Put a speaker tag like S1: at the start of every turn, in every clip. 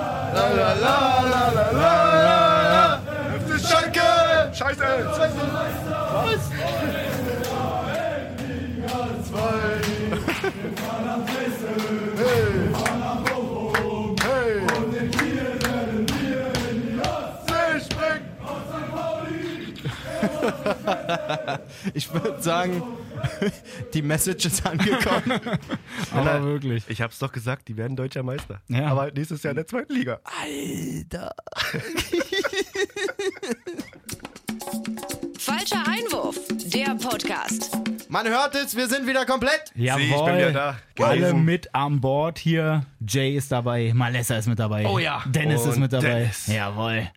S1: la la la la la la. Hefte Schalke! Scheiße! Was? Hey! Hey! Sie springt!
S2: Ich würde sagen, die Message ist angekommen.
S3: Aber wirklich.
S1: Ich hab's doch gesagt, die werden deutscher Meister.
S3: Ja.
S1: Aber nächstes Jahr in der zweiten Liga.
S2: Alter.
S4: Falscher Einwurf, der Podcast.
S2: Man hört es, wir sind wieder komplett.
S3: Jawohl.
S1: ich bin wieder da.
S3: Alle
S1: Gewesen.
S3: mit an Bord hier. Jay ist dabei, Malessa ist mit dabei.
S1: Oh ja.
S3: Dennis ist
S1: Und
S3: mit dabei.
S1: Dennis.
S3: Jawohl.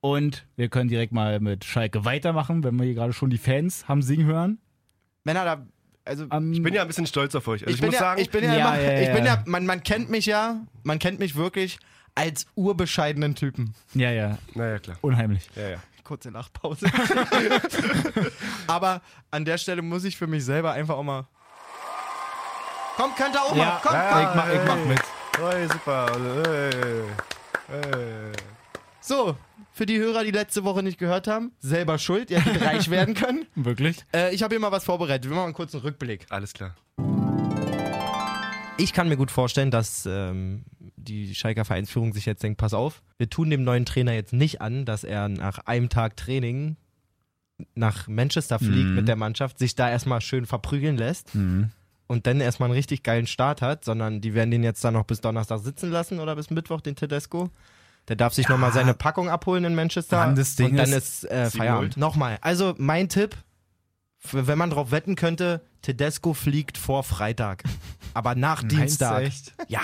S3: Und wir können direkt mal mit Schalke weitermachen, wenn wir hier gerade schon die Fans haben singen hören.
S2: Männer, da, also
S3: Ähm,
S1: Ich bin ja ein bisschen stolz auf euch. Also ich,
S2: ich bin
S1: muss
S2: ja,
S1: sagen,
S2: ich bin ja,
S3: Ja,
S2: immer,
S3: ja, ja.
S2: ich bin ja, man, man kennt mich ja, man kennt mich wirklich als urbescheidenen Typen.
S3: ja, ja,
S1: naja, klar.
S3: unheimlich.
S1: Ja, ja.
S2: Kurze Nachpause. Aber an der Stelle muss ich für mich selber einfach auch mal. Komm, könnt ihr auch mal.
S3: Ja,
S2: komm,
S1: ja,
S2: komm.
S3: ich, mach, ich mach mit.
S1: Hey, super. Hey. Hey.
S2: So, für die Hörer, die letzte Woche nicht gehört haben, selber schuld, ihr hättet reich werden können.
S3: Wirklich?
S2: Äh, ich habe hier mal was vorbereitet. Wir machen einen kurzen Rückblick.
S1: Alles klar.
S2: Ich kann mir gut vorstellen, dass ähm, die Schalker Vereinsführung sich jetzt denkt, pass auf, wir tun dem neuen Trainer jetzt nicht an, dass er nach einem Tag Training nach Manchester fliegt
S3: Mhm.
S2: mit der Mannschaft, sich da erstmal schön verprügeln lässt
S3: Mhm.
S2: und dann erstmal einen richtig geilen Start hat, sondern die werden den jetzt dann noch bis Donnerstag sitzen lassen oder bis Mittwoch, den Tedesco. Der darf sich nochmal seine Packung abholen in Manchester
S3: Mann, das Ding
S2: und dann
S3: ist
S2: ist, äh, Feierabend. Nochmal, also mein Tipp, f- wenn man drauf wetten könnte, Tedesco fliegt vor Freitag, aber nach Dienstag.
S3: Echt?
S2: Ja.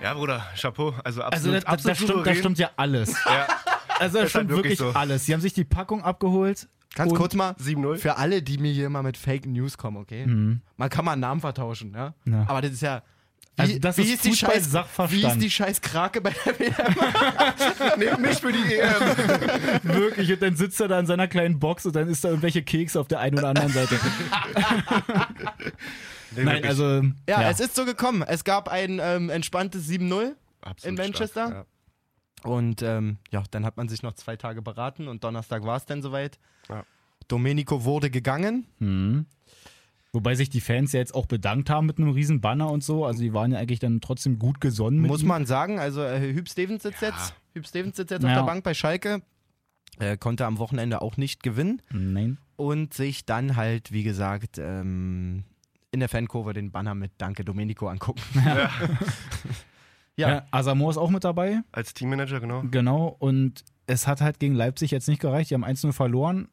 S1: Ja, Bruder, Chapeau. Also absolut,
S3: Also, das, das,
S1: absolut
S3: das, stimmt, das
S1: souverän.
S3: stimmt ja alles. Also, das
S1: Ist halt
S3: stimmt
S1: wirklich
S3: wirklich
S1: so.
S3: alles. Sie haben sich die Packung abgeholt.
S2: Ganz
S3: Und-
S2: kurz mal,
S1: 7-0.
S2: für alle, die mir hier immer mit Fake News kommen, okay? Man kann mal einen Namen vertauschen, ja?
S3: Mhm. Ja.
S2: Aber das ist ja. Wie,
S3: Also das
S2: wie
S3: ist
S2: die
S3: Fußball
S2: scheiß
S3: Sachverstand.
S2: Wie ist die scheiß Krake bei der WM?
S1: Nehmt mich für die EM.
S3: Wirklich. Und dann sitzt er da in seiner kleinen Box und dann ist da irgendwelche Kekse auf der einen oder anderen Seite.
S1: Nee,
S3: Nein,
S1: wirklich.
S3: also.
S2: Ja, es ist so gekommen. Es gab ein ähm, entspanntes 7-0
S1: Absolut
S2: in Manchester?
S1: Stark,
S2: und ähm, ja, dann hat man sich noch zwei Tage beraten und Donnerstag war es dann soweit.
S1: Ja.
S2: Domenico wurde gegangen.
S3: Mhm. Wobei sich die Fans ja jetzt auch bedankt haben mit einem riesen Banner und so. Also die waren ja eigentlich dann trotzdem gut gesonnen. Mit
S2: Muss
S3: ihm.
S2: man sagen, also äh, Hüb Stevens sitzt
S1: Ja.
S2: jetzt, Hüb Stevens sitzt jetzt
S3: Ja.
S2: auf der Bank bei Schalke. Äh, konnte am Wochenende auch nicht gewinnen
S3: Nein.
S2: und sich dann halt, wie gesagt, ähm, in der Fankurve den Banner mit Danke Domenico angucken. Ja.
S3: Ja. Asamoah ist auch mit dabei.
S1: ja. Als Teammanager, genau.
S3: Genau. Und es hat halt gegen Leipzig jetzt nicht gereicht. Die haben 1-0 verloren.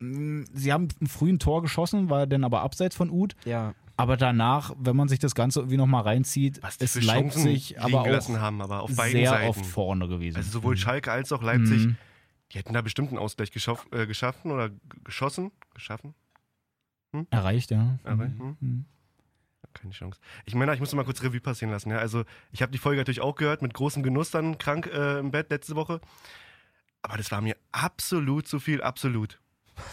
S3: Mm, Sie haben früh ein frühen Tor geschossen, war dann aber abseits von Uth.
S2: Ja,
S3: Aber danach, wenn man sich das Ganze irgendwie nochmal reinzieht,
S1: Was die für
S3: ist
S1: Chancen
S3: Leipzig
S1: liegen
S3: aber auch
S1: gelassen haben, aber auf beiden
S3: sehr
S1: Seiten.
S3: oft vorne gewesen.
S1: Also sowohl Schalke als auch Leipzig,
S3: Mhm.
S1: die hätten da bestimmt einen Ausgleich geschaff, äh, geschaffen oder g- geschossen. Geschaffen?
S3: Erreicht, ja.
S1: Aber,
S3: Mhm.
S1: hm,
S3: Mhm.
S1: keine Chance. Ich meine, ich musste mal kurz Revue passieren lassen. Ja? Also ich habe die Folge natürlich auch gehört, mit großem Genuss dann krank äh, im Bett letzte Woche. Aber das war mir absolut zu viel, absolut.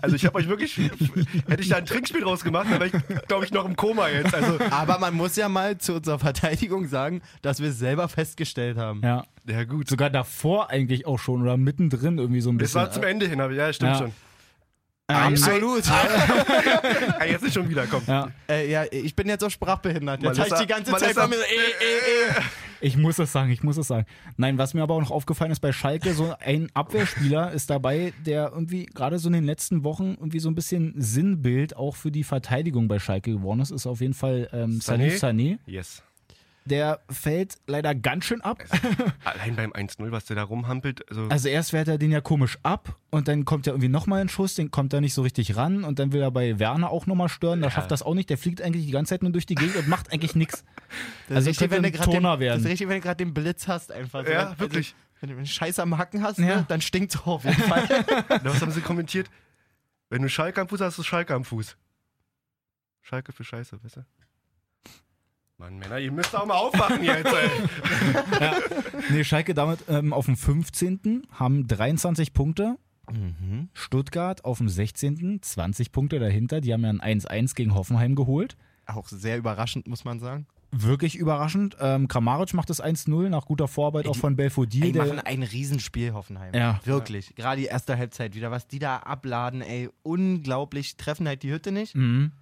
S1: Also ich habe euch wirklich, hätte ich da ein Trinkspiel draus gemacht, dann wäre ich, glaube ich, noch im Koma jetzt. Also
S2: aber man muss ja mal zu unserer Verteidigung sagen, dass wir es selber festgestellt haben.
S3: Ja.
S1: Ja, gut.
S3: Sogar davor eigentlich auch schon oder mittendrin irgendwie so ein
S1: Es
S3: bisschen. Äh,
S1: war zum Ende hin, aber ja, stimmt
S3: Ja.
S1: schon.
S2: Absolut.
S1: Ah, jetzt nicht schon wieder, komm.
S3: Ja.
S2: äh, ja, ich bin jetzt auch sprachbehindert. Jetzt
S1: Malissa-
S2: habe ich die ganze Zeit
S1: Malissa-
S2: bei mir. Äh, äh, äh.
S3: Ich muss es sagen, ich muss es sagen. Nein, was mir aber auch noch aufgefallen ist, bei Schalke, so ein Abwehrspieler ist dabei, der irgendwie gerade so in den letzten Wochen irgendwie so ein bisschen Sinnbild auch für die Verteidigung bei Schalke geworden ist, ist auf jeden Fall ähm, Salif
S1: Sané?
S3: Sané.
S2: äh.
S1: Yes.
S3: Der fällt leider ganz schön ab.
S1: Allein beim 1-0, was der da rumhampelt, also,
S3: Also erst wehrt er den ja komisch ab und dann kommt ja irgendwie nochmal ein Schuss, den kommt er nicht so richtig ran und dann will er bei Werner auch nochmal stören, da schafft das auch nicht, der fliegt eigentlich die ganze Zeit nur durch die Gegend und macht eigentlich nichts.
S2: Das
S3: Also
S2: ist richtig,
S3: könnte
S2: wenn du
S3: ein
S2: grad den-
S3: Turner werden.
S2: Das ist richtig, wenn du gerade den Blitz hast einfach.
S1: Ja,
S2: wenn,
S1: wirklich.
S2: Wenn du, wenn du Scheiße am Hacken hast,
S3: Ja.
S2: ne, dann stinkt's auch auf jeden Fall.
S1: was haben sie kommentiert? Wenn du Schalke am Fuß hast, hast du Schalke am Fuß. Schalke für Scheiße, weißt du? Mann, Männer, ihr müsst auch mal aufwachen jetzt, ey.
S3: Nee, Schalke damit ähm, auf dem 15. haben 23 Punkte.
S2: Mhm.
S3: Stuttgart auf dem 16. 20 Punkte dahinter. Die haben ja ein 1-1 gegen Hoffenheim geholt.
S2: Auch sehr überraschend, muss man sagen.
S3: wirklich überraschend. Ähm, Kramaric macht das 1-0 nach guter Vorarbeit
S2: Ey,
S3: auch
S2: die-
S3: von Belfodil.
S2: Die
S3: der-
S2: machen ein Riesenspiel, Hoffenheim.
S3: Ja.
S2: Wirklich. Gerade die erste Halbzeit wieder, was die da abladen, ey. Unglaublich. Treffen halt die Hütte nicht.
S3: Mhm.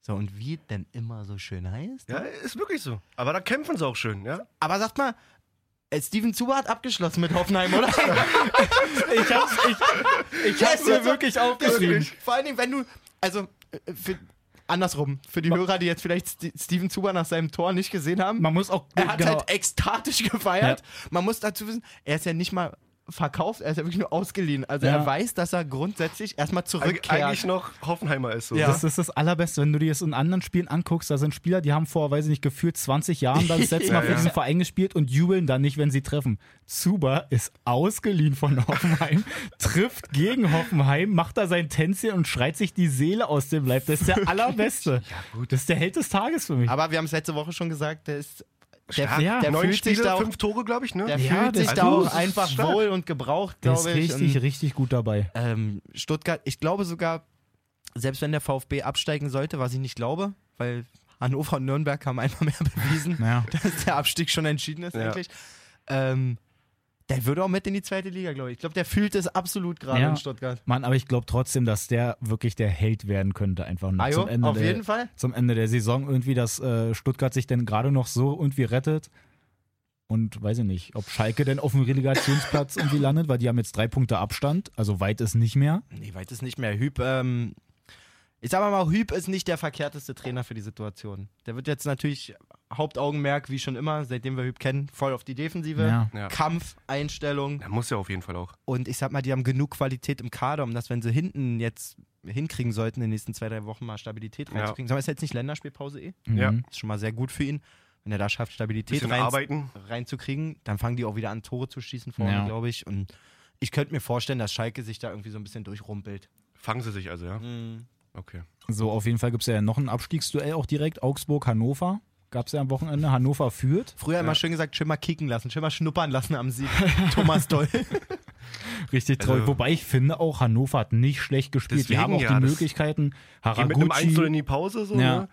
S2: So, und wie denn immer so schön heißt.
S1: Ja, ist wirklich so. Aber da kämpfen sie auch schön, ja?
S2: Aber sagt mal, äh, Steven Zuber hat abgeschlossen mit Hoffenheim, oder?
S3: Ich hab's, ich, ich hab's mir wirklich aufgeschrieben.
S2: Vor allen Dingen, wenn du, also, äh, für, andersrum, für die Hörer, die jetzt vielleicht Sti- Steven Zuber nach seinem Tor nicht gesehen haben.
S3: Man muss auch.
S2: Er hat
S3: genau,
S2: halt ekstatisch gefeiert. Man muss dazu wissen, er ist ja nicht mal verkauft, er ist ja wirklich nur ausgeliehen. Also
S3: Ja.
S2: er weiß, dass er grundsätzlich erstmal
S1: Eig
S2: zurückkehrt.
S1: Also eigentlich noch Hoffenheimer ist so.
S2: Ja.
S1: Das-
S3: Das ist das Allerbeste, wenn du dir das in anderen Spielen anguckst. Da sind Spieler, die haben vor, weiß ich nicht, gefühlt 20 Jahren dann das letzte Mal
S1: Ja,
S3: für
S1: ja.
S3: diesen Verein gespielt und jubeln dann nicht, wenn sie treffen. Zuba ist ausgeliehen von Hoffenheim, trifft gegen Hoffenheim, macht da sein Tänzchen und schreit sich die Seele aus dem Leib. Das ist der Allerbeste. Das ist der Held des Tages für mich.
S2: Aber wir haben es letzte Woche schon gesagt, der ist. Der,
S1: Stark.
S3: Ja.
S2: der
S1: Neun
S2: fühlt sich
S1: Spiele,
S2: da auch,
S1: fünf Tore, glaube ich, ne?
S2: der
S1: Ja.
S3: Ja,
S2: fühlt
S3: der
S2: sich
S1: ist
S2: da
S1: gut.
S2: auch
S1: Das ist
S2: einfach
S1: stark.
S2: wohl und gebraucht,
S3: der ist
S2: glaube ich. ähm,
S3: richtig,
S2: und,
S3: richtig gut dabei.
S2: ähm, Stuttgart, ich glaube sogar, selbst wenn der VfB absteigen sollte, was ich nicht glaube, weil Hannover und Nürnberg haben einmal mehr bewiesen,
S3: Naja.
S2: dass der Abstieg schon entschieden ist,
S1: Ja.
S2: eigentlich. Ähm, der würde auch mit in die zweite Liga, glaube ich. Ich glaube, der fühlt es absolut gerade
S3: Ja.
S2: in Stuttgart.
S3: Mann, aber ich glaube trotzdem, dass der wirklich der Held werden könnte, einfach noch
S2: Ajo,
S3: zum Ende
S2: auf
S3: der,
S2: jeden Fall.
S3: zum Ende der Saison irgendwie, dass äh, Stuttgart sich denn gerade noch so irgendwie rettet. Und weiß ich nicht, ob Schalke denn auf dem Relegationsplatz irgendwie landet, weil die haben jetzt drei Punkte Abstand, also weit ist nicht mehr.
S2: Nee, weit ist nicht mehr. Hüb, ähm, ich sag mal, Hüb ist nicht der verkehrteste Trainer für die Situation. Der wird jetzt natürlich Hauptaugenmerk, wie schon immer, seitdem wir Hüb kennen, voll auf die Defensive.
S3: Ja.
S1: Ja.
S2: Kampf, Einstellung
S1: Der muss ja auf jeden Fall auch.
S2: und ich sag mal, die haben genug Qualität im Kader, um das, wenn sie hinten jetzt hinkriegen sollten, in den nächsten zwei, drei Wochen mal Stabilität
S1: Ja.
S2: reinzukriegen. Sagen wir, ist jetzt nicht Länderspielpause eh?
S1: Ja.
S3: Mhm.
S2: Ist schon mal sehr gut für ihn. Wenn er da schafft, Stabilität
S1: Bisschen
S2: rein,
S1: arbeiten.
S2: reinzukriegen, dann fangen die auch wieder an, Tore zu schießen vorne,
S3: Ja.
S2: glaube ich. Und ich könnte mir vorstellen, dass Schalke sich da irgendwie so ein bisschen durchrumpelt.
S1: Fangen sie sich also, ja?
S3: Mhm.
S1: Okay.
S3: So, auf jeden Fall gibt es ja noch ein Abstiegsduell auch direkt. Augsburg-Hannover gab es ja am Wochenende. Hannover führt.
S2: Früher immer schön gesagt, schön mal kicken lassen, schön mal schnuppern lassen am Sieg. Thomas Doll.
S3: Richtig toll.
S1: Also-
S3: Wobei ich finde, auch Hannover hat nicht schlecht gespielt. die
S1: Deswegen
S3: haben auch
S1: ja,
S3: die
S1: das-
S3: Möglichkeiten.
S1: Gehen mit einem
S3: Haraguchi,
S1: Einzel in die Pause, so,
S3: Ja.
S1: ne?
S2: Mhm.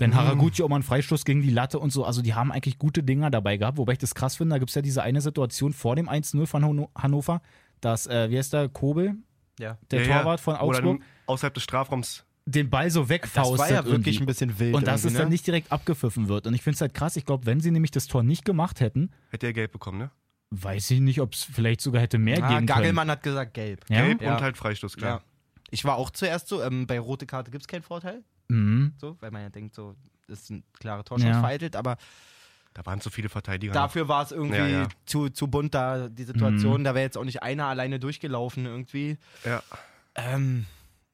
S3: Denn Haraguchi auch mal einen Freistoß gegen die Latte und so. Also die haben eigentlich gute Dinger dabei gehabt. Wobei ich das krass finde, da gibt es ja diese eine Situation vor dem 1-0 von Hanno- Hannover, dass, äh, wie heißt der, Kobel,
S2: Ja.
S3: der
S1: Ja, ja.
S3: Torwart von
S1: Oder
S3: Augsburg,
S1: dann außerhalb des Strafraums.
S3: den Ball so
S2: Das
S3: wegfaustet.
S2: war ja wirklich
S3: irgendwie.
S2: ein bisschen wild.
S3: und dass
S2: irgendwie,
S3: es dann
S2: ne?
S3: nicht direkt abgepfiffen wird. Und ich finde es halt krass. Ich glaube, wenn sie nämlich das Tor nicht gemacht hätten,
S1: Hätte er Geld bekommen, ne?
S3: weiß ich nicht, ob es vielleicht sogar hätte mehr
S2: Ah,
S3: geben können.
S2: Gagelmann hat gesagt, gelb.
S3: Ja?
S1: Gelb
S2: Ja.
S1: und halt Freistoß, klar.
S2: Ja. Ich war auch zuerst so, ähm, bei rote Karte gibt es keinen Vorteil,
S3: Mhm.
S2: so, weil man ja denkt, so, das ist ein klarer Torschuss
S3: Ja.
S2: vereitelt, aber
S1: Da waren zu viele Verteidiger.
S2: dafür war es irgendwie
S1: Ja, ja.
S2: Zu, zu bunt da, die
S3: Mhm.
S2: Situation. Da wäre jetzt auch nicht einer alleine durchgelaufen irgendwie.
S1: Ja.
S2: Ähm,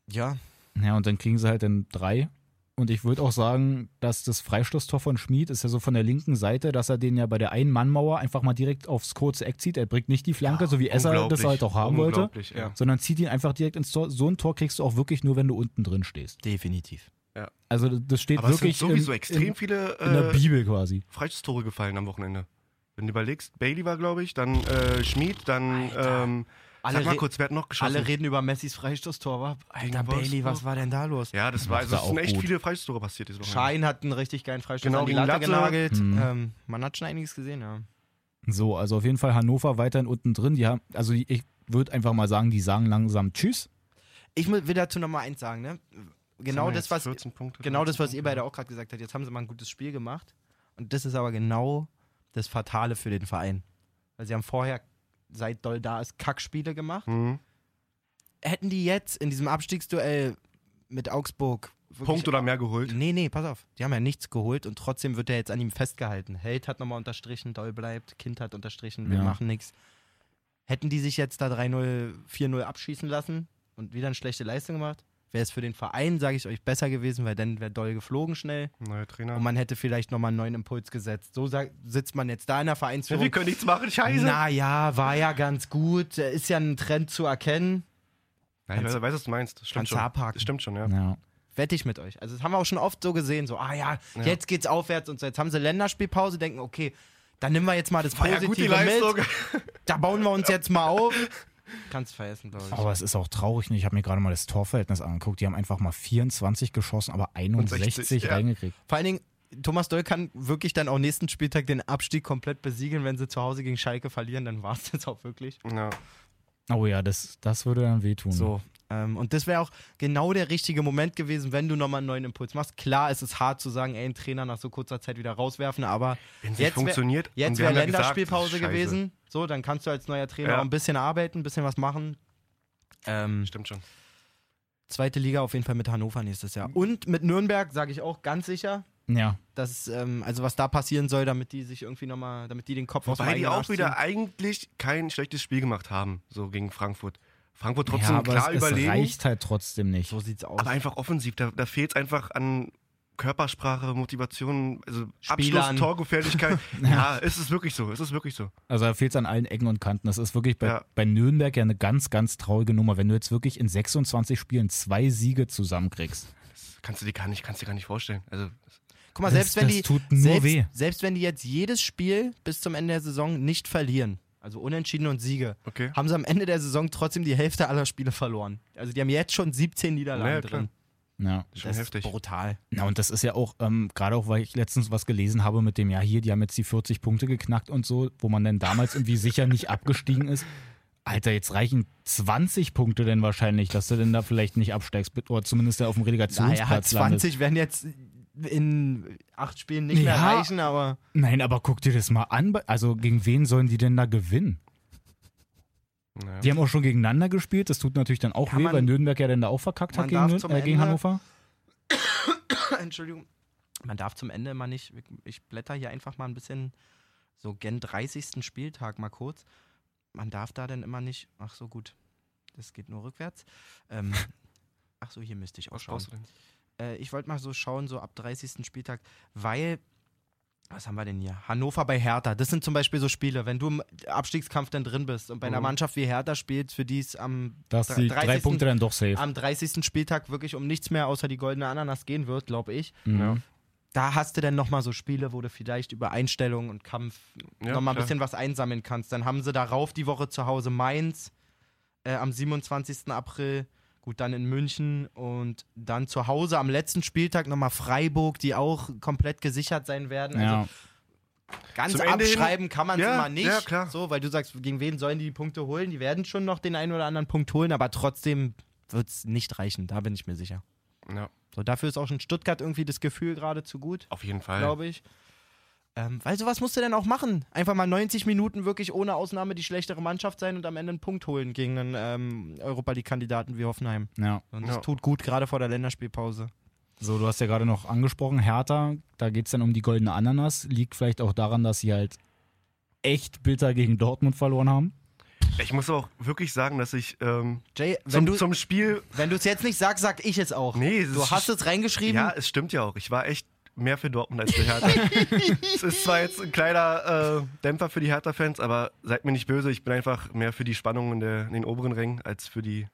S2: ja.
S3: Ja, und dann kriegen sie halt dann drei. Und ich würde auch sagen, dass das Freistoßtor von Schmid ist ja so von der linken Seite, dass er den ja bei der einen Mannmauer einfach mal direkt aufs kurze Eck zieht. Er bringt nicht die Flanke, so wie Esser das
S1: Unglaublich.
S3: halt auch haben wollte,
S1: Unglaublich, ja.
S3: sondern zieht ihn einfach direkt ins Tor. So ein Tor kriegst du auch wirklich nur, wenn du unten drin stehst.
S2: Definitiv.
S3: Also das- das steht
S1: Aber
S3: wirklich
S1: es sind sowieso
S3: im-
S1: extrem
S3: in,
S1: viele
S3: in der
S1: äh,
S3: Bibel quasi.
S1: Freistoßtore gefallen am Wochenende. Wenn du überlegst, Bailey war, glaube ich, dann äh, Schmid, dann ähm,
S2: Alle,
S1: sag mal
S2: re
S1: kurz, wer hat noch geschossen?
S2: alle reden über Messis Freistoßtor, aber Alter,
S1: Wolfsburg.
S2: Bailey, was war denn da los?
S1: ja, das war,
S3: Macht
S1: also,
S3: er
S1: es sind
S3: auch
S1: echt
S3: gut.
S1: viele Freistoßtore passiert dieses Wochenende.
S2: Schein hat einen richtig geilen Freistoß
S1: Genau,
S2: an die
S1: gegen Latte.
S2: Latte, genagelt.
S3: Mhm.
S2: Ähm, man hat schon einiges gesehen, ja.
S3: So, also auf jeden Fall Hannover weiterhin unten drin. Die haben, also die- ich würde einfach mal sagen, die sagen langsam Tschüss.
S2: Ich mu- will dazu nochmal eins sagen, ne?
S1: Jetzt
S2: Genau
S1: haben wir
S2: das,
S1: jetzt
S2: was
S1: 14 Punkte,
S2: Genau das,
S1: 13
S2: was ihr beide auch gerade gesagt habt. Jetzt haben sie mal ein gutes Spiel gemacht. Und das ist aber genau das Fatale für den Verein. Weil sie haben vorher, seit Doll da ist, Kackspiele gemacht.
S1: Mhm.
S2: Hätten die jetzt in diesem Abstiegsduell mit Augsburg. wirklich-
S1: Punkt oder Halt? mehr geholt.
S2: Nee, nee, pass auf. Die haben ja nichts geholt und trotzdem wird er jetzt an ihm festgehalten. Held hat nochmal unterstrichen, Doll bleibt, Kind hat unterstrichen, wir
S3: Ja.
S2: machen nichts. Hätten die sich jetzt da 3-0, 4-0 abschießen lassen und wieder eine schlechte Leistung gemacht, wäre es für den Verein, sage ich euch, besser gewesen, weil dann wäre Doll geflogen schnell
S1: Neuer Trainer.
S2: und man hätte vielleicht nochmal einen neuen Impuls gesetzt. So sa- sitzt man jetzt da in der
S1: wir
S2: Vereinsführung.
S1: können nichts machen, scheiße.
S2: Naja, war ja ganz gut, äh, ist ja ein Trend zu erkennen.
S1: Ja, ich weiß, weiß, was du meinst. Das Stimmt
S2: Kannst du
S1: schon.
S2: abhaken. Hm.
S1: Das Stimmt schon, ja.
S3: Ja.
S2: Wette ich mit euch. Also, das haben wir auch schon oft so gesehen. So, ah ja,
S1: Ja.
S2: jetzt geht's aufwärts und so. Jetzt haben sie Länderspielpause, denken, okay, dann nehmen wir jetzt mal das
S1: War ja gut die
S2: Positive
S1: Leistung.
S2: mit. Da bauen wir uns jetzt mal auf. Kannst vergessen, glaube ich.
S3: Aber es ist auch traurig. ne? Ich habe mir gerade mal das Torverhältnis angeguckt. Die haben einfach mal 24 geschossen, aber 61
S1: 60, ja.
S3: reingekriegt.
S2: Vor allen Dingen, Thomas Doll kann wirklich dann auch nächsten Spieltag den Abstieg komplett besiegeln, wenn sie zu Hause gegen Schalke verlieren, dann war es jetzt auch wirklich.
S1: Ja.
S3: Oh ja, das, das würde dann wehtun.
S1: Mhm.
S2: So. Ähm, und das wäre auch genau der richtige Moment gewesen, wenn du nochmal einen neuen Impuls machst. Klar, es ist hart zu sagen, ey, einen Trainer nach so kurzer Zeit wieder rauswerfen, aber
S1: Wenn es nicht
S2: Jetzt wär-
S1: funktioniert, und
S2: jetzt
S1: wir
S2: wäre
S1: haben ja gesagt,
S2: Länderspielpause
S1: Scheiße.
S2: gewesen. So, dann kannst du als neuer Trainer
S1: Ja.
S2: auch ein bisschen arbeiten, ein bisschen was machen. Ähm,
S1: Stimmt schon.
S2: zweite Liga auf jeden Fall mit Hannover nächstes
S1: Mhm.
S2: Jahr. Und mit Nürnberg, sage ich auch ganz sicher,
S3: Ja.
S2: dass, ähm, also was da passieren soll, damit die sich irgendwie nochmal, damit die den Kopf aus dem
S1: Wobei die
S2: eigenen
S1: auch
S2: Arsch
S1: wieder
S2: ziehen.
S1: eigentlich kein schlechtes Spiel gemacht haben, so gegen Frankfurt. Frankfurt trotzdem
S3: ja, aber
S1: klar
S3: es, es
S1: überlegen,
S3: reicht halt trotzdem nicht.
S2: So sieht's aus.
S1: aber einfach offensiv. Da, da fehlt es einfach an Körpersprache, Motivation, also
S2: Spielern.
S1: Abschluss, Torgefährlichkeit. ja, es ist wirklich so, es ist wirklich so.
S3: Also da fehlt es an allen Ecken und Kanten. Das ist wirklich bei,
S1: Ja.
S3: bei Nürnberg ja eine ganz, ganz traurige Nummer, wenn du jetzt wirklich in 26 Spielen zwei Siege zusammenkriegst.
S1: Das kannst du dir gar nicht, kannst du dir gar nicht vorstellen. Also
S2: Guck mal,
S3: Das-
S2: selbst wenn
S3: das
S2: die
S3: tut nur
S2: selbst,
S3: weh.
S2: selbst wenn die jetzt jedes Spiel bis zum Ende der Saison nicht verlieren, also Unentschieden und Siege,
S1: Okay.
S2: haben sie am Ende der Saison trotzdem die Hälfte aller Spiele verloren. Also die haben jetzt schon 17 Niederlagen
S1: Ja, klar.
S2: drin.
S3: Ja.
S1: schon
S2: das
S1: heftig.
S2: ist brutal.
S3: Na, und das ist ja auch, ähm, gerade auch, weil ich letztens was gelesen habe mit dem, ja, hier, die haben jetzt die 40 Punkte geknackt und so, wo man dann damals irgendwie sicher nicht abgestiegen ist. Alter, jetzt reichen 20 Punkte denn wahrscheinlich, dass du denn da vielleicht nicht absteigst, oder zumindest dann auf dem
S2: Naja, halt
S3: Relegationsplatz landest.
S2: 20 werden jetzt in acht Spielen nicht mehr
S3: Ja.
S2: reichen, aber
S3: Nein, aber guck dir das mal an. Also gegen wen sollen die denn da gewinnen?
S1: naja.
S3: Die haben auch schon gegeneinander gespielt. Das tut natürlich dann auch
S2: Ja,
S3: weh,
S2: man-
S3: weil Nürnberg ja dann da auch verkackt
S2: man
S3: hat gegen,
S2: darf
S3: Nürn-
S2: zum
S3: äh, gegen
S2: Ende-
S3: Hannover.
S2: Entschuldigung, man darf zum Ende immer nicht, ich blätter hier einfach mal ein bisschen so gen 30. Spieltag mal kurz. Man darf da dann immer nicht, ach so gut, das geht nur rückwärts. Ähm, ach so, hier müsste ich auch
S1: Was
S2: schauen.
S1: brauchst du denn?
S2: äh, ich wollte mal so schauen, so ab 30. Spieltag, weil, was haben wir denn hier? Hannover bei Hertha, das sind zum Beispiel so Spiele, wenn du im Abstiegskampf dann drin bist und bei einer
S1: Mhm.
S2: Mannschaft wie Hertha spielst, für die es am,
S3: Dass die drei
S2: 30.
S3: Punkte dann doch safe.
S2: am 30. Spieltag wirklich um nichts mehr außer die goldene Ananas gehen wird, glaube ich,
S3: Mhm.
S1: Ja.
S2: da hast du dann nochmal so Spiele, wo du vielleicht über Einstellung und Kampf noch
S1: Ja,
S2: nochmal ein
S1: klar.
S2: bisschen was einsammeln kannst. Dann haben sie darauf die Woche zu Hause Mainz äh, am 27. April, gut, dann in München und dann zu Hause am letzten Spieltag nochmal Freiburg, die auch komplett gesichert sein werden. Also
S3: Ja.
S2: ganz
S1: Zum Ende hin-
S2: abschreiben kann man
S1: Ja,
S2: immer nicht.
S1: ja, klar.
S2: So, weil du sagst, gegen wen sollen die die Punkte holen? Die werden schon noch den einen oder anderen Punkt holen, aber trotzdem wird es nicht reichen, da bin ich mir sicher.
S1: Ja,
S2: So, dafür ist auch schon Stuttgart irgendwie das Gefühl gerade zu gut
S1: auf jeden Fall.
S2: glaube ich. Ähm, weil sowas musst du dann auch machen. Einfach mal 90 Minuten wirklich ohne Ausnahme die schlechtere Mannschaft sein und am Ende einen Punkt holen gegen einen ähm, Europa League-Kandidaten wie Hoffenheim.
S3: ja.
S2: Und das
S1: Ja.
S2: tut gut, gerade vor der Länderspielpause.
S3: So, du hast ja gerade noch angesprochen, Hertha, da geht es dann um die goldene Ananas. Liegt vielleicht auch daran, dass sie halt echt bitter gegen Dortmund verloren haben.
S1: Ich muss auch wirklich sagen, dass ich ähm,
S2: Jay,
S1: zum,
S2: wenn du
S1: zum Spiel
S2: es jetzt nicht sagst, sag ich es auch.
S1: Nee, es
S2: du
S1: ist-
S2: hast es reingeschrieben.
S1: Ja, es stimmt ja auch. Ich war echt mehr für Dortmund als für Hertha. es ist zwar jetzt ein kleiner äh, Dämpfer für die Hertha-Fans, aber seid mir nicht böse. Ich bin einfach mehr für die Spannung in, der, in den oberen Rängen als für die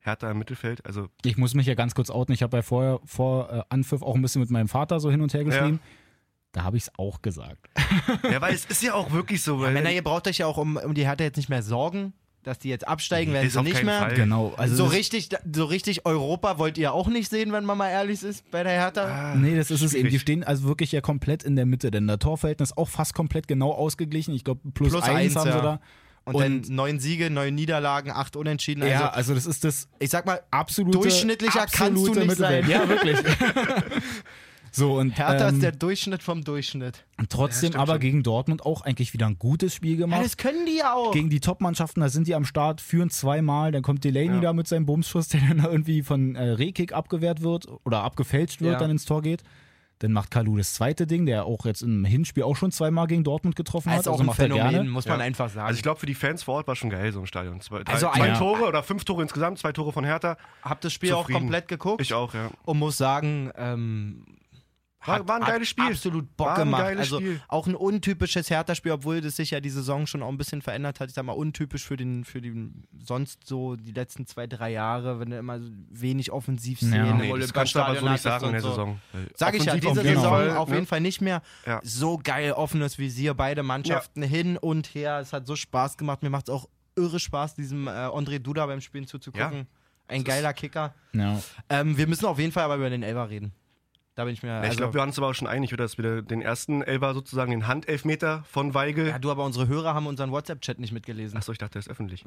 S1: Hertha im Mittelfeld. Also
S3: Ich muss mich ja ganz kurz outen. Ich habe ja vorher, vor äh, Anpfiff auch ein bisschen mit meinem Vater so hin und her geschrieben. Da habe ich es auch gesagt.
S1: Ja, weil es ist ja auch wirklich so. Weil
S2: Männer, ihr braucht euch ja auch um, um die Hertha jetzt nicht mehr sorgen, dass die jetzt absteigen,
S1: Nee,
S2: werden
S1: das
S2: sie
S1: auf
S2: nicht
S1: keinen
S2: mehr.
S1: Fall.
S3: Genau. Also
S2: So
S3: das-
S2: richtig, so richtig Europa wollt ihr auch nicht sehen, wenn man mal ehrlich ist bei der Hertha.
S1: Ah,
S3: Nee, das ist es eben. Die
S1: schwierig.
S3: stehen also wirklich ja komplett in der Mitte, denn das Torverhältnis ist auch fast komplett genau ausgeglichen. Ich glaube, plus,
S2: Plus
S3: eins
S2: eins,
S3: haben
S2: ja.
S3: sie da.
S2: Und, dann neun Siege, neun Niederlagen, acht Unentschieden. Also,
S3: ja, also das ist das
S2: ich sag mal,
S3: absolute
S2: Durchschnittlicher kannst du
S3: absolute
S2: nicht
S3: Mittelfeld.
S2: sein.
S3: Ja, wirklich. so und
S2: Hertha
S3: ähm,
S2: ist der Durchschnitt vom Durchschnitt.
S3: trotzdem
S1: Ja, stimmt
S3: aber
S1: schon.
S3: gegen Dortmund auch eigentlich wieder ein gutes Spiel
S2: Ja,
S3: gemacht.
S2: das können die ja auch.
S3: gegen die Top-Mannschaften, da sind die am Start, führen zweimal, dann kommt Delaney
S1: Ja.
S3: da mit seinem Bumsschuss, der dann irgendwie von äh, Rekik abgewehrt wird oder abgefälscht wird,
S2: Ja.
S3: dann ins Tor geht. Dann macht Kalu das zweite Ding, der auch jetzt im Hinspiel auch schon zweimal gegen Dortmund getroffen
S2: das
S3: hat.
S2: ist halt auch
S3: also
S2: ein
S3: macht er
S2: Phänomen,
S3: gerne.
S2: muss man einfach sagen.
S1: also ich glaube, für die Fans vor Ort war schon geil so im Stadion. Zwei, drei,
S2: Also
S1: zwei
S2: ein-
S1: Tore oder fünf Tore insgesamt, zwei Tore von Hertha.
S2: hab das Spiel auch
S1: zufrieden.
S2: komplett geguckt
S1: Ich auch, ja.
S2: und muss sagen, ähm,
S1: War- war ein geiles Spiel.
S2: absolut Bock
S1: War ein
S2: gemacht.
S1: geiles
S2: also
S1: Spiel.
S2: auch ein untypisches Hertha-Spiel, obwohl das sich ja die Saison schon auch ein bisschen verändert hat. Ich sag mal, untypisch für den, für den sonst so die letzten zwei, drei Jahre, wenn du immer so wenig offensiv sehen,
S3: Ja,
S1: Nee, das kannst du aber so nicht sagen in der Saison. Äh, Weil
S2: Sag ich ja,
S1: offensiv
S2: diese
S1: auf jeden
S2: Saison
S1: Fall,
S2: auf
S1: ne?
S2: jeden Fall nicht mehr.
S1: Ja.
S2: So geil offenes Visier, beide Mannschaften hin und her. Es hat so Spaß gemacht. Mir macht es auch irre Spaß, diesem äh, André Duda beim Spielen zuzugucken.
S1: Ja.
S2: Ein geiler Kicker.
S3: Ja.
S2: Ähm, wir müssen auf jeden Fall aber über den Elber reden. Da bin ich mir.
S1: Ja, ich
S2: also-
S1: glaube, wir waren uns aber auch schon einig, oder? Dass wir den ersten Elber sozusagen, den Handelfmeter von Weigel.
S2: ja, du, aber unsere Hörer haben unseren WhatsApp-Chat nicht mitgelesen.
S1: Achso, ich dachte, der ist öffentlich.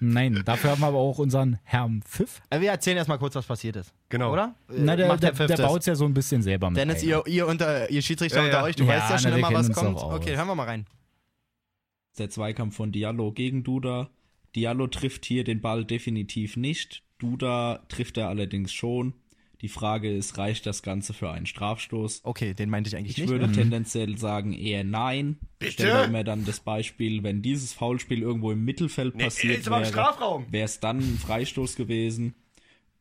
S3: Nein, dafür haben wir aber auch unseren Herrn Pfiff.
S2: Äh, Wir erzählen erstmal kurz, was passiert ist.
S1: Genau.
S2: Oder? Äh,
S3: Na, der,
S2: macht
S3: der,
S2: Pfiff
S3: der
S2: das.
S3: baut es ja so ein bisschen selber mit.
S2: Dennis,
S3: ein.
S2: ihr, ihr, unter, ihr Schiedsrichter
S1: Ja,
S2: unter
S1: ja.
S2: euch, du
S3: Ja,
S2: weißt ja schon
S3: na, wir
S2: immer,
S3: kennen
S2: was
S3: uns
S2: kommt.
S3: doch aus.
S2: Okay, hören wir mal rein.
S5: Der Zweikampf von Diallo gegen Duda. Diallo trifft hier den Ball definitiv nicht. Duda trifft er allerdings schon. Die Frage ist, reicht das Ganze für einen Strafstoß?
S2: Okay, den meinte ich eigentlich
S5: Ich
S2: nicht.
S5: würde
S2: ne?
S5: tendenziell sagen eher nein. Bitte? Stellen wir immer dann das Beispiel, wenn dieses Foulspiel irgendwo im Mittelfeld passiert wäre,
S1: Strafraum.
S5: wäre es dann ein Freistoß gewesen.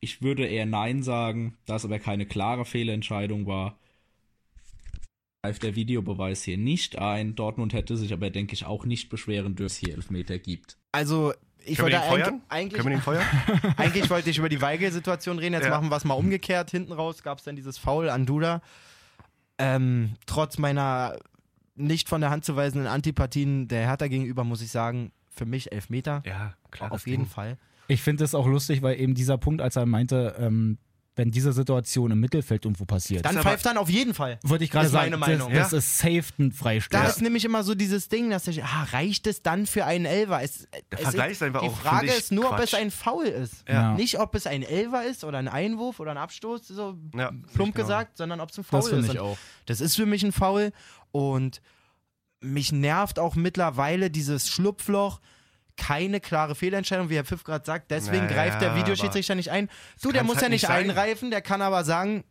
S5: Ich würde eher nein sagen, da es aber keine klare Fehlentscheidung war. Greift der Videobeweis hier nicht ein. Dortmund hätte sich aber, denke ich, auch nicht beschweren dürfen, dass es hier Elfmeter gibt.
S2: Also, ich
S1: Können wir
S2: wollte
S1: den feuern?
S2: eigentlich- eigentlich,
S1: Können wir den feuern?
S2: eigentlich wollte ich über die Weigel-Situation reden. Jetzt
S1: Ja.
S2: machen wir es mal umgekehrt. Hinten raus gab es dann dieses Foul an Duda. Ähm, trotz meiner nicht von der Hand zu weisenden Antipathien der Hertha gegenüber, muss ich sagen, für mich Elfmeter.
S1: ja, klar.
S2: auf jeden Fall.
S3: Ich finde das auch lustig, weil eben dieser Punkt, als er meinte, ähm, wenn diese Situation im Mittelfeld irgendwo passiert,
S2: Dann
S1: aber-
S2: pfeift dann auf jeden Fall.
S3: würde ich gerade
S2: Das ist
S3: sagen,
S2: meine Meinung.
S3: das, das ist safe ein Freistoß.
S2: Da ist nämlich immer so dieses Ding, dass ich, ah, reicht es dann für einen Elfer? Es,
S1: Der
S2: es
S1: Vergleich
S2: ist,
S1: ist einfach
S2: die
S1: auch,
S2: Frage
S1: find ich,
S2: ist nur, ob es
S1: Quatsch.
S2: ein Foul ist.
S3: Ja.
S2: Nicht, ob es ein Elfer ist oder ein Einwurf oder ein Abstoß, so
S1: Ja,
S2: plump
S1: ich genau.
S2: gesagt, sondern ob es ein Foul
S3: Das
S2: ist.
S3: finde ich
S2: Und
S3: auch.
S2: Das ist für mich ein Foul und mich nervt auch mittlerweile dieses Schlupfloch. Keine klare Fehlentscheidung, wie Herr Pfiff gerade sagt. Deswegen
S1: Naja,
S2: greift der Videoschiedsrichter nicht ein. Du, der
S1: kann's
S2: muss ja
S1: halt
S2: nicht
S1: nicht sein.
S2: eingreifen, der kann aber sagen: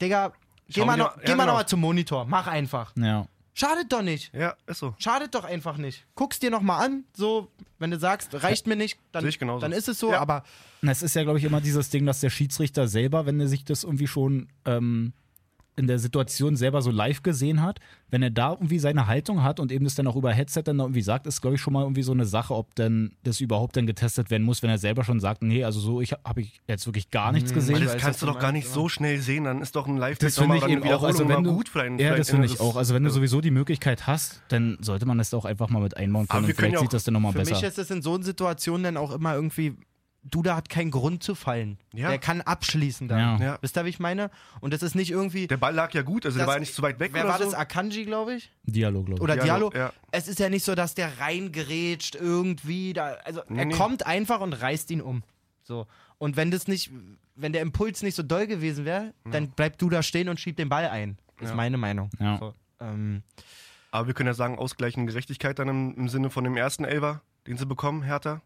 S2: Digga, geh
S1: Schau
S2: mal
S1: dir-
S2: noch,
S1: ja,
S2: geh mal
S1: genau.
S2: noch mal zum Monitor, mach einfach.
S3: ja.
S2: Schadet doch nicht.
S1: Ja, ist so.
S2: Schadet doch einfach nicht. Guck's dir nochmal an, so, wenn du sagst, reicht mir nicht, dann,
S1: Sehe ich genauso.
S2: dann ist es so,
S1: Ja.
S2: aber
S3: Und Das ist ja, glaube ich, immer dieses Ding, dass der Schiedsrichter selber, wenn er sich das irgendwie schon ähm, in der Situation selber so live gesehen hat, wenn er da irgendwie seine Haltung hat und eben das dann auch über Headset dann da irgendwie sagt, ist, glaube ich, schon mal irgendwie so eine Sache, ob denn das überhaupt dann getestet werden muss, wenn er selber schon sagt, nee, also so ich habe ich jetzt wirklich gar nichts
S1: Weil
S3: gesehen.
S2: weiß,
S1: das kannst du
S2: was
S1: doch
S2: du
S1: gar
S2: meinst,
S1: nicht
S2: aber-
S1: so schnell sehen, dann ist doch ein live
S3: Das finde ich eben auch, also wenn du,
S1: gut für einen
S3: ja, das finde ich auch. Also wenn du sowieso die Möglichkeit hast, dann sollte man das auch einfach mal mit einbauen
S1: Aber
S3: können.
S1: wir können
S3: Und vielleicht
S1: ja auch-
S3: sieht das dann nochmal
S2: für mich
S3: besser.
S2: ist es in so Situationen dann auch immer irgendwie, Duda hat keinen Grund zu fallen.
S1: Ja.
S2: Der kann abschließen
S3: Ja.
S2: dann.
S1: Ja.
S2: Wisst ihr, wie ich meine? Und das ist nicht irgendwie.
S1: Der Ball lag ja gut, also der
S2: das-
S1: war ja nicht zu weit weg
S2: Wer
S1: oder
S2: war
S1: so.
S2: das? Akanji, glaube ich?
S3: Dialog, glaube ich.
S2: Oder Diallo?
S1: Diallo, ja.
S2: Es ist ja nicht so, dass der reingerätscht irgendwie. Da, also
S1: Nee,
S2: er
S1: nee.
S2: kommt einfach und reißt ihn um. So. Und wenn das nicht, wenn der Impuls nicht so doll gewesen wäre, dann bleibt Duda stehen und schiebt den Ball ein. Ist
S1: Ja.
S2: meine Meinung.
S3: Ja.
S2: So, ähm,
S1: Aber wir können ja sagen, ausgleichende Gerechtigkeit dann im, im Sinne von dem ersten Elber, den sie bekommen, Hertha,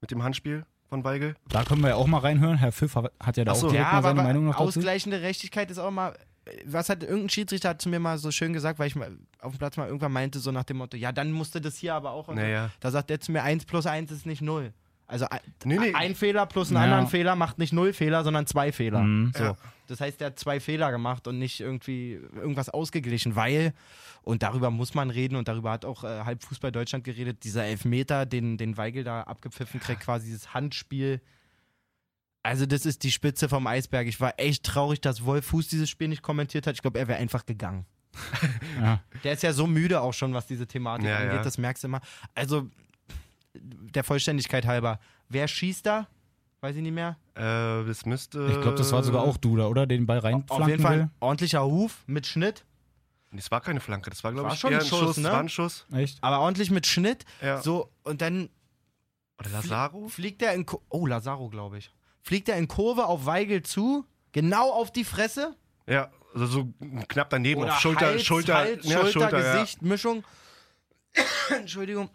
S1: mit dem Handspiel von Weigel.
S3: Da können wir ja auch mal reinhören. Herr Pfiff hat ja da
S1: Ach so.
S3: auch direkt
S2: ja,
S3: mal
S2: aber
S3: seine
S2: wa-
S3: Meinung noch dazu.
S2: ausgleichende Gerechtigkeit ist auch mal. Was hat irgendein Schiedsrichter hat zu mir mal so schön gesagt, weil ich mal auf dem Platz mal irgendwann meinte, so nach dem Motto, ja, dann musste das hier aber auch. und so.
S1: Naja.
S2: Da sagt er zu mir, 1 plus 1 ist nicht 0. Also ein-
S1: Nee, nee.
S2: ein Fehler plus einen
S3: Ja.
S2: anderen Fehler macht nicht 0 Fehler, sondern zwei Fehler.
S3: Mhm.
S2: So.
S1: Ja.
S2: Das heißt, er hat zwei Fehler gemacht und nicht irgendwie irgendwas ausgeglichen, weil, und darüber muss man reden und darüber hat auch äh, halb Fußball Deutschland geredet, dieser Elfmeter, den, den Weigel da abgepfiffen kriegt, quasi dieses Handspiel. Also, das ist die Spitze vom Eisberg. Ich war echt traurig, dass Wolf Fuß dieses Spiel nicht kommentiert hat. Ich glaube, er wäre einfach gegangen.
S3: Ja.
S2: Der ist ja so müde auch schon, was diese Thematik
S1: Ja,
S2: angeht,
S1: ja.
S2: das merkst du immer. Also, der Vollständigkeit halber, wer schießt da? Weiß ich nicht mehr.
S1: Äh, das müsste.
S3: Ich glaube, das war
S1: Äh,
S3: sogar auch Duda, oder? Den Ball reinflanken
S2: Auf jeden Fall
S3: will.
S2: ein ordentlicher Huf mit Schnitt,
S1: Das war keine Flanke, das war, glaube
S2: War
S1: ich,
S2: schon
S1: eher
S2: ein
S1: ein
S2: Schuss,
S1: Schuss.
S2: ne?
S1: War ein Schuss.
S3: Echt?
S2: aber ordentlich mit Schnitt.
S1: Ja.
S2: So, und dann
S1: Oder Lazaro?
S2: fliegt er in Ku- Oh, Lazaro, glaube ich. Fliegt er in Kurve auf Weigel zu, genau auf die Fresse.
S1: Ja, also so knapp daneben
S2: Oder
S1: auf Schulter,
S2: Hals,
S1: Schulter,
S2: Hals,
S1: ja,
S2: Schulter,
S1: ja.
S2: Gesicht, Mischung. Entschuldigung.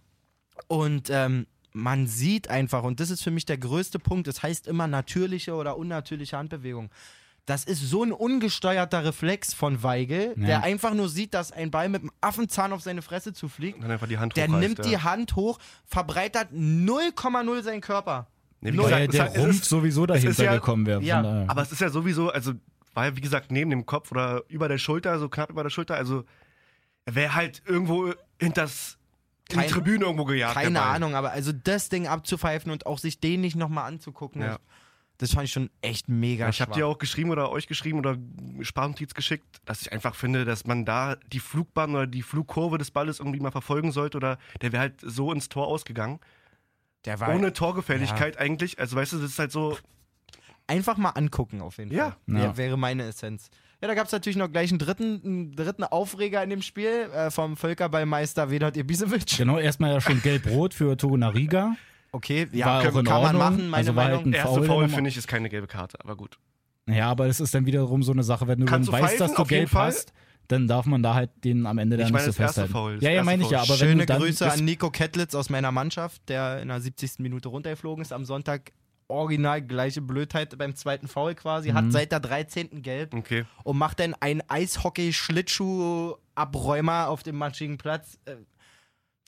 S2: Und ähm, man sieht einfach, und das ist für mich der größte Punkt, das heißt immer natürliche oder unnatürliche Handbewegung. Das ist so ein ungesteuerter Reflex von Weigel,
S3: Ja.
S2: der einfach nur sieht, dass ein Ball mit dem Affenzahn auf seine Fresse zufliegt.
S1: Und dann einfach die Hand
S2: Der
S1: hochreißt,
S2: nimmt die
S1: ja.
S2: Hand hoch, verbreitert 0,0 seinen Körper.
S1: Nee, wie
S2: Null.
S1: gesagt,
S3: Weil
S1: es
S3: der
S1: hat- es
S3: Rumpf
S1: ist-
S3: sowieso dahinter
S1: ja-
S3: gekommen wäre.
S2: ja,
S1: Aber es ist ja sowieso, also war ja wie gesagt neben dem Kopf oder über der Schulter, so knapp über der Schulter. Also er wäre halt irgendwo hinters in
S2: Kein-
S1: die Tribüne irgendwo gejagt. der
S2: Keine
S1: Ball.
S2: Ahnung, aber also das Ding abzupfeifen und auch sich den nicht nochmal anzugucken,
S1: Ja.
S2: das fand ich schon echt mega
S1: Ich habe
S2: schwach.
S1: dir auch geschrieben oder euch geschrieben oder Sprachnotiz geschickt, dass ich einfach finde, dass man da die Flugbahn oder die Flugkurve des Balles irgendwie mal verfolgen sollte oder der wäre halt so ins Tor ausgegangen.
S2: Der war
S1: Ohne Torgefährlichkeit eigentlich. Also weißt du, das ist halt so.
S2: einfach mal angucken auf jeden
S1: Ja.
S2: Fall. Wär-
S3: Ja.
S2: Wäre meine Essenz. Ja, da gab es natürlich noch gleich einen dritten, einen dritten Aufreger in dem Spiel äh, vom Völkerballmeister Vedat Ibisevic.
S3: Genau, erstmal ja schon gelb-rot für Togunariga.
S2: Okay,
S3: War
S2: ja,
S3: auch in
S2: kann, kann man
S3: Ordnung.
S2: machen, meine
S3: Also war halt
S2: Meinung.
S3: ein
S1: Erste
S3: Foul,
S1: Foul,
S3: dann noch-
S1: finde ich, ist keine gelbe Karte, aber gut.
S3: Ja, aber das ist dann wiederum so eine Sache, wenn du dann
S1: Kannst du
S3: weißt, dass
S1: pfeifen,
S3: du
S1: auf jeden
S3: gelb
S1: Fall?
S3: hast, dann darf man da halt den am Ende dann
S1: Ich meine,
S3: nicht
S1: das
S3: so
S1: erste
S3: festhalten.
S1: Foul, das
S3: ja, ja,
S1: erste
S3: meine ich ja,
S1: Foul.
S3: aber wenn
S2: Schöne
S3: du dann
S2: Grüße
S3: das-
S2: an Nico Kettlitz aus meiner Mannschaft, der in der 70. Minute runtergeflogen ist, am Sonntag original gleiche Blödheit beim zweiten Foul quasi,
S3: Mhm.
S2: hat seit der 13. Gelb
S1: Okay.
S2: und macht dann einen Eishockey-Schlittschuh-Abräumer auf dem matschigen Platz. Äh,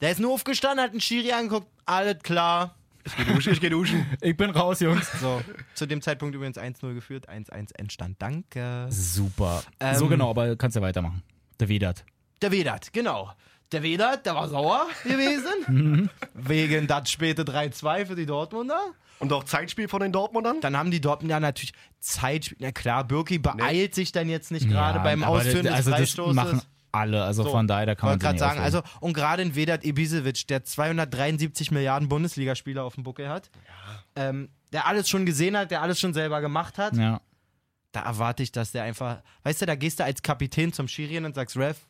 S2: Der ist nur aufgestanden, hat einen Schiri angeguckt, alles klar.
S1: Ich gehe duschen. Ich geh duschen.
S3: Ich bin raus, Jungs.
S2: So, zu dem Zeitpunkt übrigens 1-0 geführt, 1-1 entstand. Danke.
S3: Super.
S2: Ähm,
S3: so genau, aber kannst ja weitermachen. Der Vedat.
S2: Der Vedat, genau. Der Vedat, der war sauer gewesen.
S3: Mhm.
S2: wegen das späte 3-2 für die Dortmunder.
S1: Und auch Zeitspiel von den Dortmundern?
S2: Dann haben die Dortmunder natürlich Zeit. Na klar, Birki beeilt sich dann jetzt nicht gerade
S3: Ja,
S2: beim
S3: aber
S2: Ausführen
S3: das- also
S2: des
S3: Das
S2: Freistoßes.
S3: machen alle, also
S2: So,
S3: von daher, da kann man
S2: Wollte
S3: sich
S2: gerade
S3: nicht
S2: sagen,
S3: aufregen.
S2: also und gerade in Vedat Ibisevic, der 273 Milliarden Bundesligaspieler auf dem Buckel hat, ähm, der alles schon gesehen hat, der alles schon selber gemacht hat,
S3: Ja.
S2: da erwarte ich, dass der einfach, weißt du, da gehst du als Kapitän zum Schirien und sagst, Ref,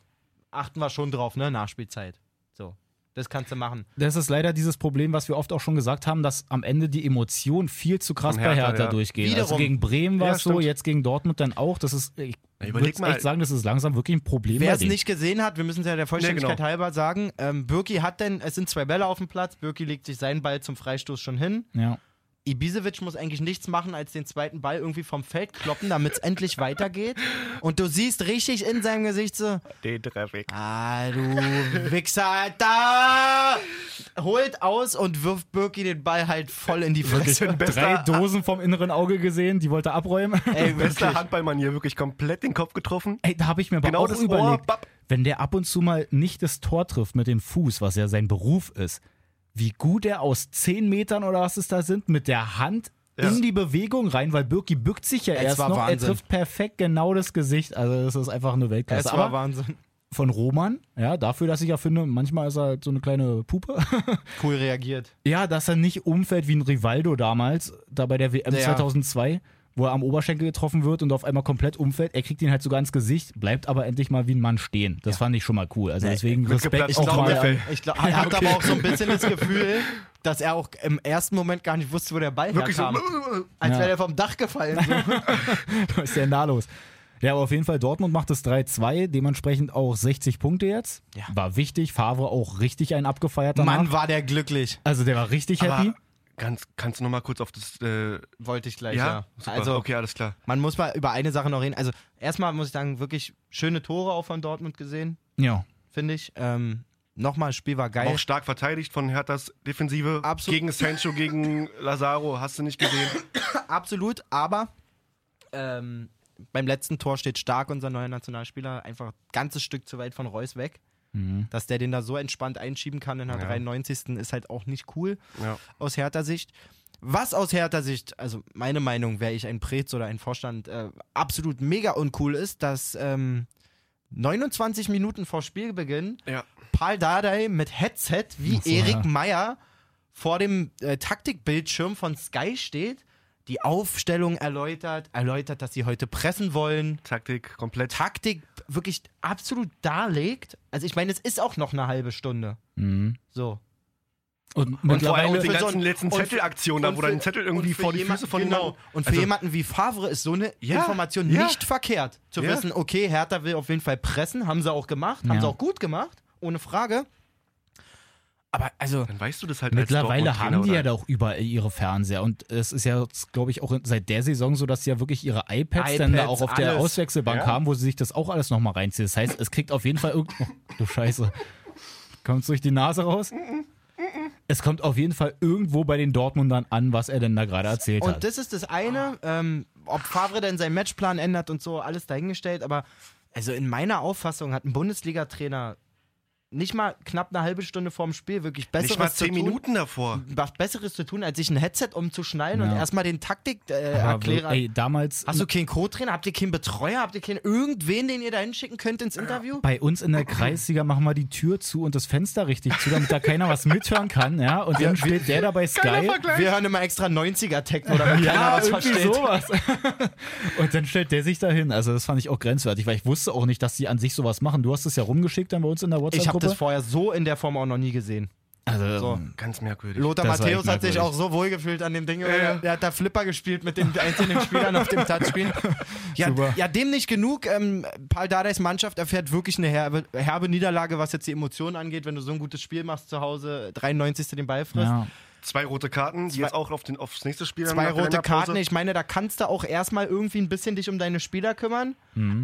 S2: achten wir schon drauf, ne, Nachspielzeit. So, das kannst du machen.
S3: Das ist leider dieses Problem, was wir oft auch schon gesagt haben, dass am Ende die Emotionen viel zu krass
S1: Von
S3: bei
S1: Hertha,
S3: Hertha
S1: ja.
S3: durchgehen. Also
S2: Wiederum.
S3: gegen Bremen war
S1: Ja,
S3: es so,
S1: stimmt.
S3: jetzt gegen Dortmund dann auch. Das ist, ich
S1: Ja,
S3: würde
S1: überleg mal.
S3: echt sagen, das ist langsam wirklich ein Problem.
S2: Wer
S3: bei
S2: es
S3: denen.
S2: nicht gesehen hat, wir müssen es ja der Vollständigkeit
S1: Nee, genau.
S2: halber sagen, ähm, Birki hat denn, es sind zwei Bälle auf dem Platz, Birki legt sich seinen Ball zum Freistoß schon hin.
S3: Ja.
S2: Ibisevic muss eigentlich nichts machen, als den zweiten Ball irgendwie vom Feld kloppen, damit es endlich weitergeht. Und du siehst richtig in seinem Gesicht so,
S1: Den Traffic.
S2: ah, du Wichser, Alter! Holt aus und wirft Birki den Ball halt voll in die Fresse.
S3: Drei Dosen vom inneren Auge gesehen, die wollte er abräumen.
S2: Ey,
S1: Beste
S2: wirklich.
S1: Handballmanier, wirklich komplett den Kopf getroffen.
S3: Ey, da habe ich mir aber
S1: Genau
S3: auch
S1: das Ohr,
S3: überlegt,
S1: bapp.
S3: wenn der ab und zu mal nicht das Tor trifft mit dem Fuß, was ja sein Beruf ist, wie gut er aus 10 Metern oder was es da sind, mit der Hand
S1: Ja.
S3: in die Bewegung rein, weil Birki bückt sich ja
S2: Es
S3: erst
S2: war
S3: noch, er
S2: Wahnsinn.
S3: trifft perfekt genau das Gesicht, also das ist einfach eine
S2: Es
S3: Weltklasse.
S2: war
S3: aber
S2: Wahnsinn.
S3: von Roman, ja, dafür, dass ich ja finde, manchmal ist er halt so eine kleine Puppe.
S2: Cool reagiert.
S3: ja, dass er nicht umfällt wie ein Rivaldo damals, da bei der WM
S2: Ja.
S3: 2002, wo er am Oberschenkel getroffen wird und auf einmal komplett umfällt. Er kriegt ihn halt sogar ins Gesicht, bleibt aber endlich mal wie ein Mann stehen. Das fand ich schon mal cool. Also deswegen
S1: mit
S3: Respekt
S1: geplatztem
S3: auch mal.
S1: Trommelfell.
S3: an-
S2: Ich glaube, er hat aber auch so ein bisschen das Gefühl, dass er auch im ersten Moment gar nicht wusste, wo der Ball
S1: Wirklich so. "Äh."
S2: herkam. Als
S3: Ja.
S2: wäre er vom Dach gefallen. So.
S3: Was ist denn da los? Ja, aber auf jeden Fall, Dortmund macht es 3-2, dementsprechend auch 60 Punkte jetzt.
S2: Ja.
S3: War wichtig, Favre auch richtig einen abgefeiert danach.
S2: Mann, war der glücklich.
S3: Also der war richtig
S1: äh,
S3: happy.
S1: Aber ganz, kannst du noch mal kurz auf das. Äh,
S2: Wollte ich gleich, ja.
S1: ja? Super.
S2: Also,
S1: okay, alles klar.
S2: man muss mal über eine Sache noch reden. Also, erstmal muss ich sagen, wirklich schöne Tore auch von Dortmund gesehen,
S3: Ja.
S2: finde ich. Ähm, Nochmal, das Spiel war geil.
S1: Auch stark verteidigt von Herthas Defensive.
S2: Absolut.
S1: Gegen Sancho, gegen Lazaro. Hast du nicht gesehen?
S2: Absolut, aber ähm, beim letzten Tor steht stark unser neuer Nationalspieler einfach ein ganzes Stück zu weit von Reus weg. Dass der den da so entspannt einschieben kann in der
S1: Ja.
S2: 93. ist halt auch nicht cool.
S1: Ja.
S2: aus härter Sicht. Was aus härter Sicht, also meine Meinung, wäre ich ein Prez oder ein Vorstand, äh, absolut mega uncool ist, dass ähm, 29 Minuten vor Spielbeginn
S1: Ja.
S2: Paul Dardai mit Headset wie
S3: Ach so,
S2: Erik
S3: ja.
S2: Meyer vor dem äh, Taktikbildschirm von Sky steht, die Aufstellung erläutert, erläutert, dass sie heute pressen wollen,
S1: Taktik komplett.
S2: Taktik wirklich absolut darlegt. Also ich meine, es ist auch noch eine halbe Stunde.
S3: Mhm.
S2: So.
S3: Und,
S1: Vor allem
S3: mittlerweile
S1: mit den
S2: für so
S1: ganzen
S2: ein-
S1: letzten
S2: und für-
S1: Zettelaktionen, da
S2: und
S1: wo dann
S2: für-
S1: ein Zettel irgendwie
S2: und für
S1: vor die
S2: jemand-
S1: Füße von
S2: genau.
S1: jemandem-
S2: Und für
S1: also,
S2: jemanden wie Favre ist so eine
S1: Ja,
S2: Information
S1: ja.
S2: nicht verkehrt. Zu
S1: Ja.
S2: wissen, okay, Hertha will auf jeden Fall pressen, haben sie auch gemacht, haben
S3: Ja.
S2: sie auch gut gemacht, ohne Frage. Aber also,
S1: Dann weißt du das halt als
S3: Mittlerweile
S1: Dortmund-Trainer,
S3: haben die
S1: oder?
S3: ja da auch überall ihre Fernseher und es ist ja, glaube ich, auch in- seit der Saison so, dass sie ja wirklich ihre iPads, dann da
S2: iPads,
S3: auch auf der
S2: alles.
S3: Auswechselbank
S1: Ja.
S3: haben, wo sie sich das auch alles nochmal reinziehen. Das heißt, es kriegt auf jeden Fall irgend... Oh, du Scheiße. Kommt's durch die Nase raus? Es kommt auf jeden Fall irgendwo bei den Dortmundern an, was er denn da gerade erzählt
S2: und
S1: halt.
S3: hat.
S2: das ist das eine, ähm, ob Favre denn seinen Matchplan ändert und so, alles dahingestellt, aber also in meiner Auffassung hat ein Bundesliga-Trainer nicht mal knapp eine halbe Stunde vorm Spiel wirklich besseres
S1: Nicht mal
S2: zu
S1: zehn
S2: tun,
S1: Minuten davor.
S2: was besseres zu tun, als sich ein Headset umzuschneiden und
S3: Ja.
S2: erstmal den Taktik äh,
S3: Aber wir-
S2: erklären.
S3: ey, damals
S2: Hast du keinen Co-Trainer? Habt ihr keinen Betreuer? Habt ihr keinen irgendwen, den ihr da hinschicken könnt ins Interview?
S3: bei uns in der Kreisliga machen wir die Tür zu und das Fenster richtig zu, damit da keiner was mithören kann, ja. Und dann steht der da bei Sky.
S2: Wir hören immer extra 90er-Techno, damit keiner
S3: Ja,
S2: was
S3: irgendwie
S2: versteht.
S3: sowas. und dann stellt der sich dahin. Also das fand ich auch grenzwertig, weil ich wusste auch nicht, dass die an sich sowas machen. Du hast es ja rumgeschickt dann bei uns in der
S2: Ich habe das
S3: WhatsApp-Gruppe.
S2: vorher so in der Form auch noch nie gesehen.
S3: Also,
S2: So.
S1: Ganz merkwürdig.
S2: Lothar
S3: Das war
S2: Matthäus
S3: echt
S2: hat sich
S3: merkwürdig.
S2: auch so wohlgefühlt an dem Ding. weil
S1: ja.
S2: er- Er hat da Flipper gespielt mit den einzelnen Spielern auf dem Touchscreen. Ja,
S3: Super.
S2: ja dem nicht genug. Ähm, Paul Dardais Mannschaft erfährt wirklich eine herbe, herbe Niederlage, was jetzt die Emotionen angeht, wenn du so ein gutes Spiel machst zu Hause, 93. den Ball frisst.
S3: ja.
S1: Zwei rote Karten, die jetzt auch auf den, aufs nächste Spiel dann
S2: Zwei
S1: nach der
S2: rote
S1: Länderpause-
S2: Karten. Ich meine, da kannst du auch erstmal irgendwie ein bisschen dich um deine Spieler kümmern.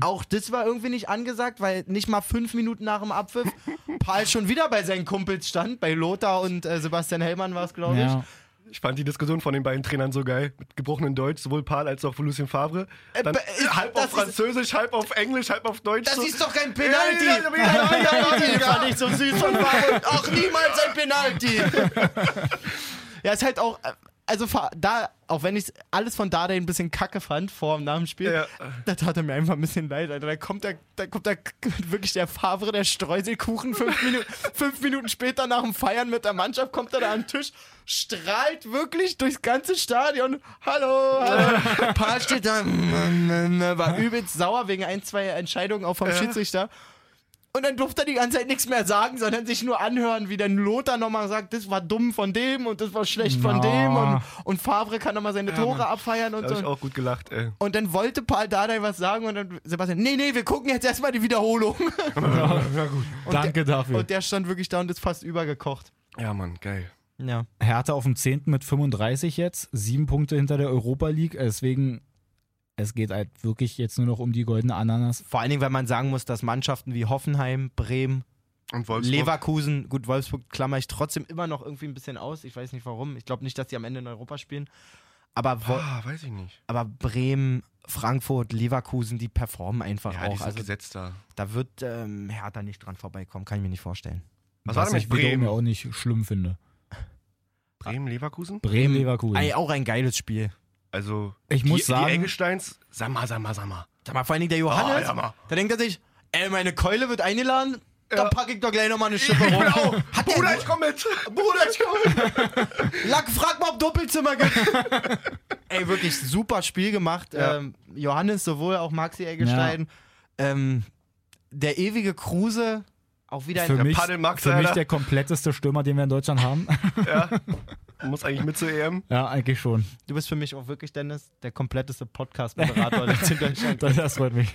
S2: Auch das war irgendwie nicht angesagt, weil nicht mal fünf Minuten nach dem Abpfiff Paul schon wieder bei seinen Kumpels stand. Bei Lothar und äh, Sebastian Hellmann war es, glaube ich.
S3: Ja.
S1: Ich fand die Diskussion von den beiden Trainern so geil. Mit gebrochenen Deutsch, sowohl Paul als auch von Lucien Favre. Dann
S2: Äh, äh,
S1: halb
S2: das
S1: auf
S2: ist-
S1: Französisch, halb auf Englisch, halb auf Deutsch.
S2: Das
S1: so.
S2: ist doch kein
S1: Penalty!
S2: Penalty!
S1: Ja, ja, ja, ja, ja, ja, ja.
S2: Das fand ich so süß von Favre. Auch niemals ein Penalty! ja, ist halt auch. äh, Also, fa- da, auch wenn ich alles von Dardai ein bisschen kacke fand vor und nach dem Spiel,
S1: Ja.
S2: da tat er mir einfach ein bisschen leid, Alter. Da kommt der, da kommt der, wirklich der Favre, der Streuselkuchen, fünf, Minu fünf Minuten später nach dem Feiern mit der Mannschaft kommt er da an den Tisch, strahlt wirklich durchs ganze Stadion. Hallo, hallo. Paar steht da, mm, mm, mm, war übelst sauer wegen ein, zwei Entscheidungen auch vom Schiedsrichter. Und dann durfte er die ganze Zeit nichts mehr sagen, sondern sich nur anhören, wie dann Lothar nochmal sagt, das war dumm von dem und das war schlecht von
S3: Na.
S2: dem und, und Favre kann nochmal seine Tore abfeiern
S1: Da
S2: und
S1: habe
S2: so.
S1: ich auch gut gelacht, ey.
S2: Und dann wollte Paul Dardai was sagen und dann Sebastian, nee, nee, wir gucken jetzt erstmal die Wiederholung.
S3: Danke dafür.
S2: Und der stand wirklich da und ist fast übergekocht.
S1: Ja, Mann, geil.
S2: Ja.
S3: Hertha auf dem 10. mit 35 jetzt, sieben Punkte hinter der Europa League. Also Deswegen, es geht halt wirklich jetzt nur noch um die goldene Ananas.
S2: Vor allen Dingen, weil man sagen muss, dass Mannschaften wie Hoffenheim, Bremen,
S1: Und Wolfsburg.
S2: Leverkusen, gut, Wolfsburg klammer ich trotzdem immer noch irgendwie ein bisschen aus. Ich weiß nicht warum. Ich glaube nicht, dass die am Ende in Europa spielen. Aber, Wo
S1: Ah, weiß ich nicht.
S2: aber Bremen, Frankfurt, Leverkusen, die performen einfach
S1: Ja, die
S2: auch.
S1: sind
S2: Also
S1: gesetzt da.
S2: da wird ähm, Hertha nicht dran vorbeikommen, kann ich mir nicht vorstellen.
S1: Was war denn
S3: ich
S1: mit
S3: wiederum
S1: Bremen?
S3: ja auch nicht schlimm finde.
S1: Bremen, Leverkusen?
S3: Bremen, Leverkusen.
S2: Ey, auch ein geiles Spiel.
S1: Also,
S3: Ich
S1: die,
S3: muss
S1: die
S3: sagen,
S1: Engelsteins, sag mal, sag mal, sag mal.
S2: Sag mal, vor allen Dingen der Johannes,
S1: Ah, ja, mal.
S2: da denkt er sich, ey, meine Keule wird eingeladen, da packe ich doch gleich nochmal eine Schippe rum. Hat der
S1: Bruder, ich komm mit! Bruder, ich komm mit!
S2: Lack, frag mal, ob Doppelzimmer gibt. Ey, wirklich super Spiel gemacht.
S1: Ja.
S2: Ähm, Johannes, sowohl auch Maxi Eggestein. Ähm, der ewige Kruse, auch wieder
S3: für,
S2: in
S3: mich,
S1: Paddel Max,
S3: für mich
S1: Alter.
S3: der kompletteste Stürmer, den wir in Deutschland haben.
S1: Muss eigentlich mit zur E EM.
S3: ja, eigentlich schon.
S2: Du bist für mich auch wirklich, Dennis, der kompletteste Podcast-Moderator jetzt in Deutschland.
S3: Das, das freut mich.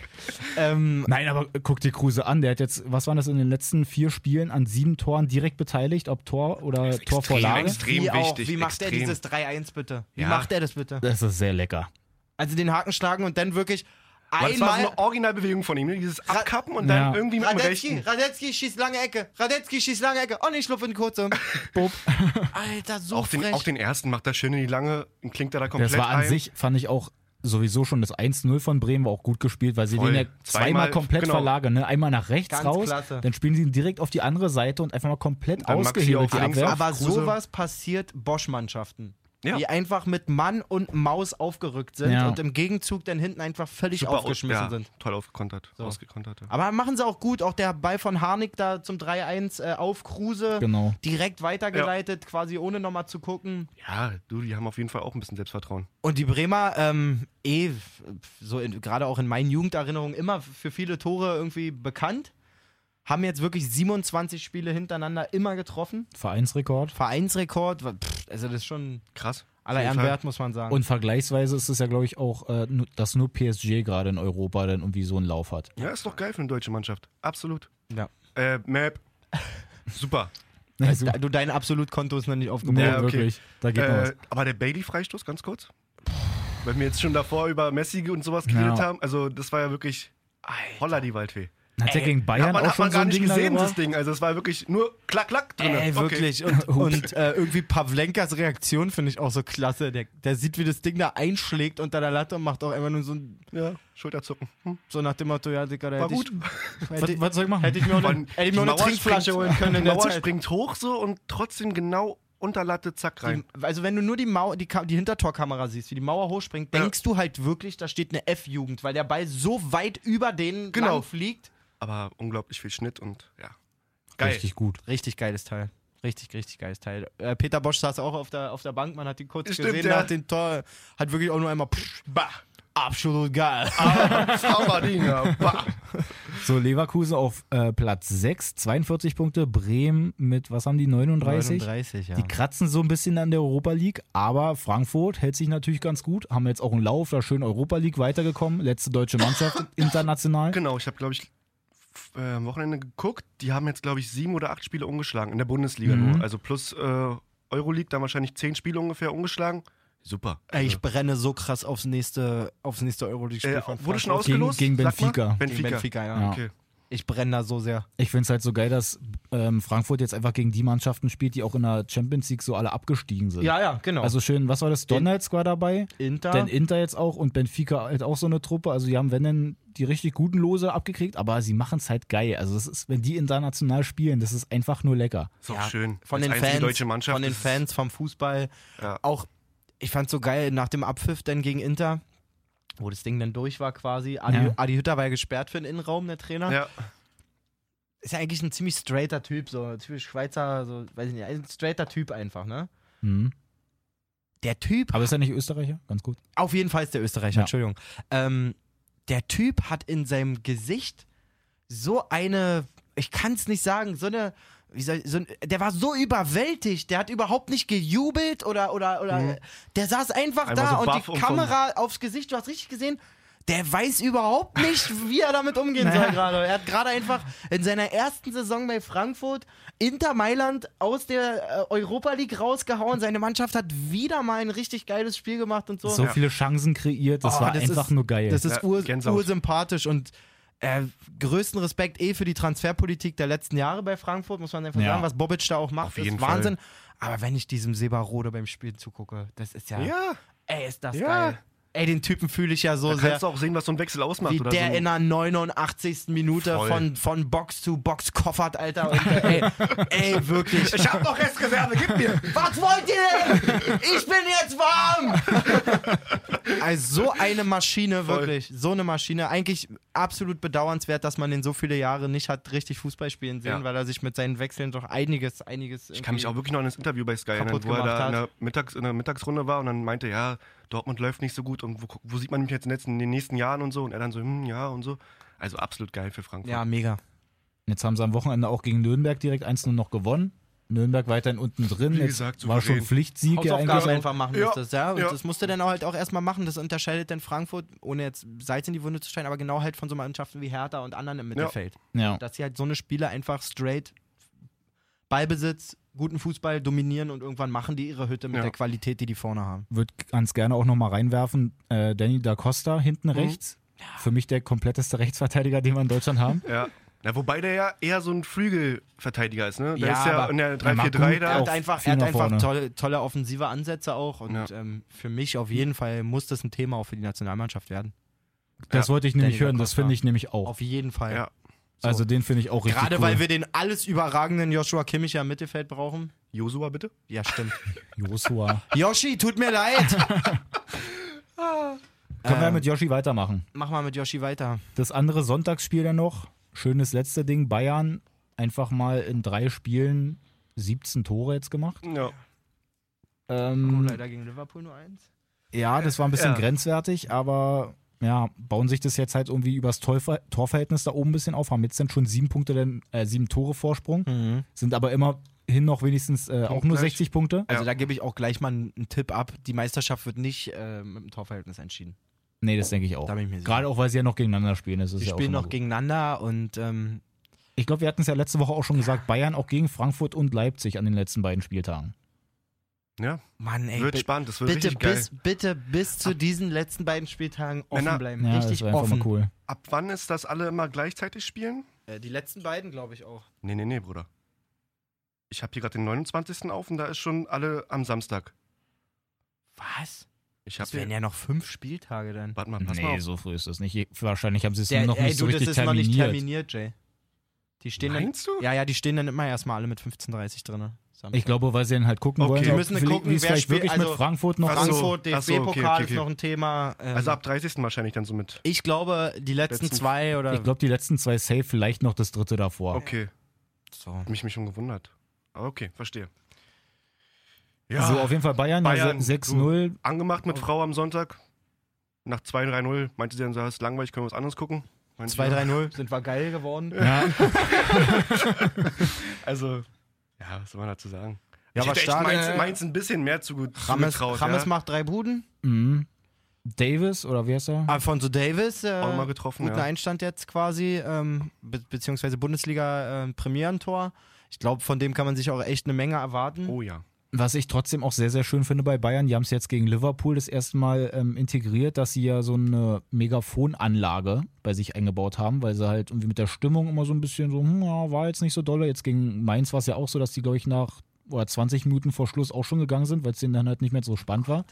S2: Ähm,
S3: Nein, aber guck dir Kruse an. Der hat jetzt, was waren das in den letzten vier Spielen, an sieben Toren direkt beteiligt, ob Tor oder Torvorlage.
S1: extrem
S2: wie, auch,
S1: wichtig.
S2: wie macht
S1: extrem.
S2: er dieses 3-1 bitte? Wie
S1: Ja.
S2: macht er das bitte?
S3: Das ist sehr lecker.
S2: Also den Haken schlagen und dann wirklich
S1: Aber das war so
S2: einmal.
S1: eine Originalbewegung von ihm, ne? dieses Abkappen und
S3: Ja.
S1: dann irgendwie mit dem
S2: Radetzky,
S1: Rechten.
S2: Radetzky schießt lange Ecke. Radetzky schießt lange Ecke. Oh, nee, schlupf in kurze.
S3: Bob.
S2: Alter, so
S1: Auch den,
S2: frech.
S1: auch den ersten macht er schön in die Lange und klingt er da komplett
S3: Das war an
S1: ein.
S3: sich, fand ich auch sowieso schon das 1-0 von Bremen war auch gut gespielt, weil sie
S1: Voll.
S3: den ja zweimal,
S1: Zweimal,
S3: komplett
S1: genau.
S3: verlagern. Ne? Einmal nach rechts
S2: Ganz
S3: raus,
S2: klasse.
S3: dann spielen sie ihn direkt auf die andere Seite und einfach mal komplett
S1: Dann Maxi auf
S3: ausgehebelt die
S1: links
S3: Abwehr.
S1: ab.
S2: Aber
S1: Kruse.
S2: sowas passiert Bosch-Mannschaften.
S1: Ja.
S2: Die einfach mit Mann und Maus aufgerückt sind
S3: Ja.
S2: und im Gegenzug dann hinten einfach völlig
S1: Super aus-
S2: aufgeschmissen
S1: ja,
S2: sind.
S1: Toll aufgekontert. Ausgekontert. Ja.
S2: Aber machen sie auch gut. Auch der Ball von Harnik da zum 3-1 äh, auf Kruse.
S3: Genau.
S2: Direkt weitergeleitet, quasi ohne nochmal zu gucken.
S1: ja, du, die haben auf jeden Fall auch ein bisschen Selbstvertrauen.
S2: Und die Bremer, ähm, eh, f- so in- gerade auch in meinen Jugenderinnerungen immer für viele Tore irgendwie bekannt. Haben jetzt wirklich 27 Spiele hintereinander immer getroffen.
S3: Vereinsrekord.
S2: Vereinsrekord, wa- pff, also das ist schon
S1: Krass.
S2: aller
S1: Auf jeden
S2: Ehren
S1: Fall.
S2: wert, muss man sagen.
S3: Und vergleichsweise ist es ja, glaube ich, auch, äh, nu- dass nur PSG gerade in Europa dann irgendwie so einen Lauf hat.
S1: Ja, ist doch geil für eine deutsche Mannschaft. Absolut.
S2: Ja.
S1: Äh, Map. Super.
S3: Also,
S2: Da- Du, dein Absolutkonto ist noch nicht
S3: nee,
S2: aufgebaut.
S1: Ja, okay.
S3: wirklich. Da geht noch was.
S1: Äh, aber der Bailey-Freistoß, ganz kurz. Weil wir jetzt schon davor über Messi und sowas geredet
S3: Ja.
S1: haben. Also, das war ja wirklich holla die Waldfee.
S3: Hat er
S2: Ey,
S3: gegen Bayern
S1: hat man,
S3: auch
S1: hat
S3: schon
S1: man
S3: so
S1: gar
S3: ein
S1: nicht
S3: Ding da
S1: gesehen,
S3: gebracht?
S1: das Ding. Also es war wirklich nur klack, klack drin.
S2: Ey, wirklich. Und, und äh, irgendwie Pavlenkas Reaktion finde ich auch so klasse. Der, der sieht, wie das Ding da einschlägt unter der Latte und macht auch einfach nur so, ein-
S1: Okay. Ja, Schulterzucken. Hm,
S2: so nach dem Motto, ja, Digga, da
S1: war
S2: hätte
S1: gut.
S2: ich,
S3: Was,
S2: hätte,
S3: was soll ich machen?
S2: hätte ich mir auch eine,
S1: Von-
S2: hätte ich
S1: die
S2: mir auch eine
S1: Mauer
S2: Trinkflasche
S1: springt-
S2: holen können in
S1: Die
S2: der
S1: Mauer
S2: Zeit.
S1: springt hoch so und trotzdem genau unter Latte, zack, rein.
S2: Die, also wenn du nur die Mauer, die, Ka- die Hintertorkamera siehst, wie die Mauer hochspringt,
S1: Ja.
S2: denkst du halt wirklich, da steht eine F-Jugend, weil der Ball so weit über denen
S1: Genau.
S2: lang fliegt.
S1: Aber unglaublich viel Schnitt und ja. Geil.
S3: Richtig gut.
S2: Richtig geiles Teil. Richtig, richtig geiles Teil. Äh, Peter Bosch saß auch auf der, auf der Bank, man hat ihn kurz
S1: Stimmt,
S2: gesehen
S1: ja.
S2: nach dem Tor. Hat wirklich auch nur einmal pff, bah, absolut geil.
S1: Hammerding, ja. Bah.
S3: So, Leverkusen auf äh, Platz 6, 42 Punkte. Bremen mit, was haben die, 39?
S2: 39, ja.
S3: Die kratzen so ein bisschen an der Europa League, aber Frankfurt hält sich natürlich ganz gut. Haben jetzt auch einen Lauf, da schön Europa League weitergekommen. Letzte deutsche Mannschaft international.
S1: Genau, ich habe, glaube ich, f- äh, am Wochenende geguckt. Die haben jetzt, glaube ich, sieben oder acht Spiele ungeschlagen in der Bundesliga
S3: Mhm.
S1: nur. Also plus äh, Euroleague, dann wahrscheinlich zehn Spiele ungefähr ungeschlagen. Super.
S2: Ey, ich brenne so krass aufs nächste, aufs nächste Euroleague-Spiel
S1: äh,
S2: Also, von
S1: wurde schon
S2: Frankfurt.
S1: ausgelost?
S3: gegen
S1: Sag mal.
S3: Benfica.
S2: Gegen
S1: Benfica.
S2: Benfica, ja.
S3: Ja.
S1: Ah, Okay.
S2: Ich brenne da so sehr.
S3: Ich finde es halt so geil, dass ähm, Frankfurt jetzt einfach gegen die Mannschaften spielt, die auch in der Champions League so alle abgestiegen sind.
S2: ja, genau. Also
S3: Also schön, was war das? Donetsk war dabei,
S2: Inter.
S3: denn Inter jetzt auch und Benfica halt auch so eine Truppe. Also die haben, wenn denn, die richtig guten Lose abgekriegt, aber sie machen es halt geil. Also das ist, wenn die international spielen, das ist einfach nur lecker.
S1: Ist auch
S2: Ja,
S1: schön.
S2: von
S1: Als
S2: den
S1: einzige
S2: Fans,
S1: deutsche Mannschaft
S2: von den
S1: ist es-
S2: Fans vom Fußball.
S1: Ja.
S2: Auch, ich fand's so geil nach dem Abpfiff dann gegen Inter, wo das Ding dann durch war quasi. Adi,
S3: Ja.
S2: Adi Hütter war ja gesperrt für den Innenraum, der Trainer.
S1: Ja,
S2: Ist ja eigentlich ein ziemlich straighter Typ, so typisch Schweizer, so weiß ich nicht, ein straighter Typ einfach, ne?
S3: Mhm.
S2: Der Typ,
S3: Aber ist er nicht Österreicher? Ganz gut.
S2: auf jeden Fall ist der Österreicher,
S3: Ja.
S2: Entschuldigung. Ähm, der Typ hat in seinem Gesicht so eine, ich kann es nicht sagen, so eine, wie soll, ich- so ein, der war so überwältigt, der hat überhaupt nicht gejubelt oder, oder, oder,
S1: Mhm.
S2: der saß einfach
S1: Einmal
S2: da
S1: so
S2: und
S1: baff
S2: die
S1: und
S2: Kamera aufs Gesicht, du hast richtig gesehen, der weiß überhaupt nicht, wie er damit umgehen soll gerade. Er hat gerade einfach in seiner ersten Saison bei Frankfurt Inter Mailand aus der äh, Europa League rausgehauen. Seine Mannschaft hat wieder mal ein richtig geiles Spiel gemacht und so.
S3: So
S1: Ja.
S3: viele Chancen kreiert, das
S2: Oh,
S3: war
S2: das
S3: einfach
S2: ist-
S3: nur geil.
S2: Das ist
S1: Ja,
S2: ur
S1: Gänsehaut.
S2: ursympathisch und äh, größten Respekt eh für die Transferpolitik der letzten Jahre bei Frankfurt, muss man einfach
S3: Ja.
S2: sagen, was Bobic da auch macht,
S1: Auf jeden
S2: ist Wahnsinn. Aber wenn ich diesem Sebarode beim Spiel zugucke, das ist ja,
S1: ja.
S2: ey, ist das
S1: Ja.
S2: geil. Ey, den Typen fühle ich ja so
S1: Da
S2: sehr,
S1: kannst du auch sehen, was so ein Wechsel ausmacht.
S2: wie
S1: oder
S2: der
S1: so.
S2: in der 89. Minute
S1: Voll.
S2: von, von Box zu Box koffert, Alter. Und, äh, ey, ey, wirklich.
S1: ich hab noch Restreserve, gib mir!
S2: Was wollt ihr denn? Ich bin jetzt warm! Also so eine Maschine,
S1: Voll.
S2: wirklich. So eine Maschine. Eigentlich absolut bedauernswert, dass man den so viele Jahre nicht hat richtig Fußball spielen sehen,
S1: Ja.
S2: weil er sich mit seinen Wechseln doch einiges, einiges.
S1: Ich kann mich auch wirklich noch an das Interview bei Sky erinnern,
S2: Kaputt
S1: wo er da
S2: gemacht
S1: in der,
S2: hat.
S1: Mittags-, in der Mittagsrunde war und dann meinte, ja, Dortmund läuft nicht so gut und wo, wo sieht man mich jetzt in den, letzten, in den nächsten Jahren und so. Und er dann so, hm, ja und so. Also absolut geil für Frankfurt.
S2: Ja, mega.
S3: Jetzt haben sie am Wochenende auch gegen Nürnberg direkt 1-0 noch gewonnen. Nürnberg weiterhin unten drin.
S1: Wie
S3: Jetzt
S1: gesagt,
S3: war
S1: souverän.
S3: schon Pflichtsieg ja eigentlich.
S2: Hausaufgaben
S3: auch.
S2: einfach machen
S1: Ja,
S2: musstest, ja. Und
S1: ja.
S2: das musst du dann auch halt auch erstmal machen. Das unterscheidet dann Frankfurt, ohne jetzt Salz in die Wunde zu stellen, aber genau halt von so Mannschaften wie Hertha und anderen im Mittelfeld.
S3: Ja.
S2: Dass sie halt so eine Spiele einfach straight Ballbesitz, guten Fußball dominieren und irgendwann machen die ihre Hütte mit
S1: Ja.
S2: der Qualität, die die vorne haben.
S3: Würde ganz gerne auch nochmal reinwerfen. Äh, Danny da Costa hinten
S2: Mhm.
S3: rechts. Für mich der kompletteste Rechtsverteidiger, den wir in Deutschland haben.
S1: Ja. Na, wobei der ja eher so ein Flügelverteidiger ist, ne? Der
S2: Ja,
S1: ist ja
S2: aber-
S1: in der
S3: Ja, mag
S1: 3-4-3
S3: gut
S1: da.
S2: Er
S3: auch.
S2: hat einfach,
S3: viel
S2: er hat
S3: nach
S2: einfach
S3: vorne.
S2: tolle, tolle offensive Ansätze auch und
S1: Ja.
S2: ähm, für mich auf jeden Fall muss das ein Thema auch für die Nationalmannschaft werden.
S3: Das wollte ich nämlich
S2: Danny da
S3: hören, das
S2: Costa.
S3: finde ich nämlich auch.
S2: Auf jeden Fall.
S1: Ja.
S3: Also den finde ich auch Oh. richtig
S2: Gerade
S3: cool.
S2: weil wir den alles überragenden Joshua Kimmich ja im Mittelfeld brauchen.
S1: Josua bitte?
S2: Ja, stimmt.
S3: Joshua.
S2: Yoshi, tut mir leid.
S3: Können wir
S2: Ähm,
S3: mit Yoshi weitermachen.
S2: Mach mal mit Yoshi weiter.
S3: Das andere Sonntagsspiel dann noch. Schönes letzte Ding. Bayern einfach mal in drei Spielen 17 Tore jetzt gemacht.
S1: Ja.
S3: Ähm,
S2: leider gegen Liverpool nur eins.
S3: Ja, das war ein bisschen
S1: Ja.
S3: grenzwertig, aber ja, bauen sich das jetzt halt irgendwie übers Torver Torverhältnis da oben ein bisschen auf, haben jetzt dann schon sieben Punkte, denn, äh, sieben Tore Vorsprung,
S2: Mhm.
S3: sind aber immerhin noch wenigstens äh, auch nur
S1: Punktgleich.
S3: 60 Punkte.
S2: Also
S1: Ja.
S2: da gebe ich auch gleich mal einen einen Tipp ab. Die Meisterschaft wird nicht äh, mit dem Torverhältnis entschieden.
S3: Nee, das denke ich auch.
S2: Da bin ich mir sicher.
S3: Gerade auch, weil sie ja noch gegeneinander spielen. Das ist
S2: Sie
S3: ja auch
S2: spielen
S3: schon mal
S2: noch
S3: gut.
S2: gegeneinander und ähm,
S3: Ich glaube, wir hatten es ja letzte Woche auch schon gesagt, Bayern auch gegen Frankfurt und Leipzig an den letzten beiden Spieltagen.
S1: Ja,
S2: Mann, ey.
S1: wird
S2: bi-
S1: spannend, das wird
S2: bitte,
S1: richtig geil. Ah.
S2: bis, bitte bis zu diesen letzten beiden Spieltagen offen
S1: Männer-
S2: bleiben.
S3: Ja, das
S2: richtig
S3: wäre einfach
S2: offen.
S3: mal cool.
S1: Ab wann ist das alle immer gleichzeitig spielen?
S2: Äh, die letzten beiden, glaube ich, auch.
S1: Nee, nee, nee, Bruder. Ich habe hier gerade den 29. auf und da ist schon alle am Samstag.
S2: Was?
S1: Ich habe
S2: Das ne- wären ja noch fünf Spieltage dann.
S1: Warte mal, pass mal
S3: Nee,
S1: auf.
S3: so früh ist das nicht. Wahrscheinlich haben sie es
S2: Der,
S3: noch
S2: ey,
S3: nicht so
S2: du, das
S3: richtig
S2: ist noch nicht
S3: terminiert.
S2: terminiert, Jay. Die stehen dann,
S1: Meinst du?
S2: ja, ja, die stehen dann immer erstmal alle mit 15.30 drin. ne?
S3: Ich glaube, weil sie dann halt gucken
S1: Okay,
S3: wollen,
S1: wir
S3: ob
S2: müssen
S3: vielleicht-
S2: gucken,
S3: wie es
S2: wer
S3: vielleicht
S2: spielt-
S3: wirklich
S2: also-
S3: mit Frankfurt noch
S1: Ach so,
S2: Frankfurt,
S1: ach so,
S2: DFB-Pokal
S1: okay, okay,
S2: ist
S1: okay.
S2: noch ein Thema. ähm,
S1: Also ab 30. wahrscheinlich dann somit.
S2: ich glaube, die letzten
S1: Letzten-
S2: zwei oder
S3: Ich glaube, die letzten zwei Safe, vielleicht noch das dritte davor.
S1: Okay,
S2: so.
S1: mich mich schon gewundert. Aber okay, verstehe. Ja,
S3: So, Also auf jeden Fall Bayern,
S1: Bayern,
S3: ja, se- 6-0.
S1: angemacht mit Frau am Sonntag. Nach 2-3-0 meinte sie dann, so, das ist langweilig, können wir was anderes gucken. Meinte ich,
S2: 2-3-0 sind wir geil geworden.
S3: Ja,
S1: Also, ja, was soll man dazu sagen?
S2: Ja,
S1: ich
S2: aber
S1: hätte echt
S2: stark,
S1: Mainz,
S2: äh,
S1: Mainz ein bisschen mehr zu gut
S2: Rames,
S1: zugetraut.
S2: Rames
S1: ja.
S2: macht drei Buden.
S3: mhm. Davis, oder wie heißt er?
S2: Alfonso Davis, äh,
S1: Auch mal getroffen,
S2: guten
S1: ja.
S2: Einstand jetzt quasi, ähm, be beziehungsweise Bundesliga-Premierentor. ich glaube, von dem kann man sich auch echt eine Menge erwarten.
S1: Oh ja.
S3: Was ich trotzdem auch sehr, sehr schön finde bei Bayern, die haben es jetzt gegen Liverpool das erste Mal ähm, integriert, dass sie ja so eine Megafonanlage bei sich eingebaut haben, weil sie halt irgendwie mit der Stimmung immer so ein bisschen so, hm, ja, war jetzt nicht so dolle. Jetzt gegen Mainz war es ja auch so, dass die, glaube ich, nach oder 20 Minuten vor Schluss auch schon gegangen sind, weil es denen dann halt nicht mehr so spannend war.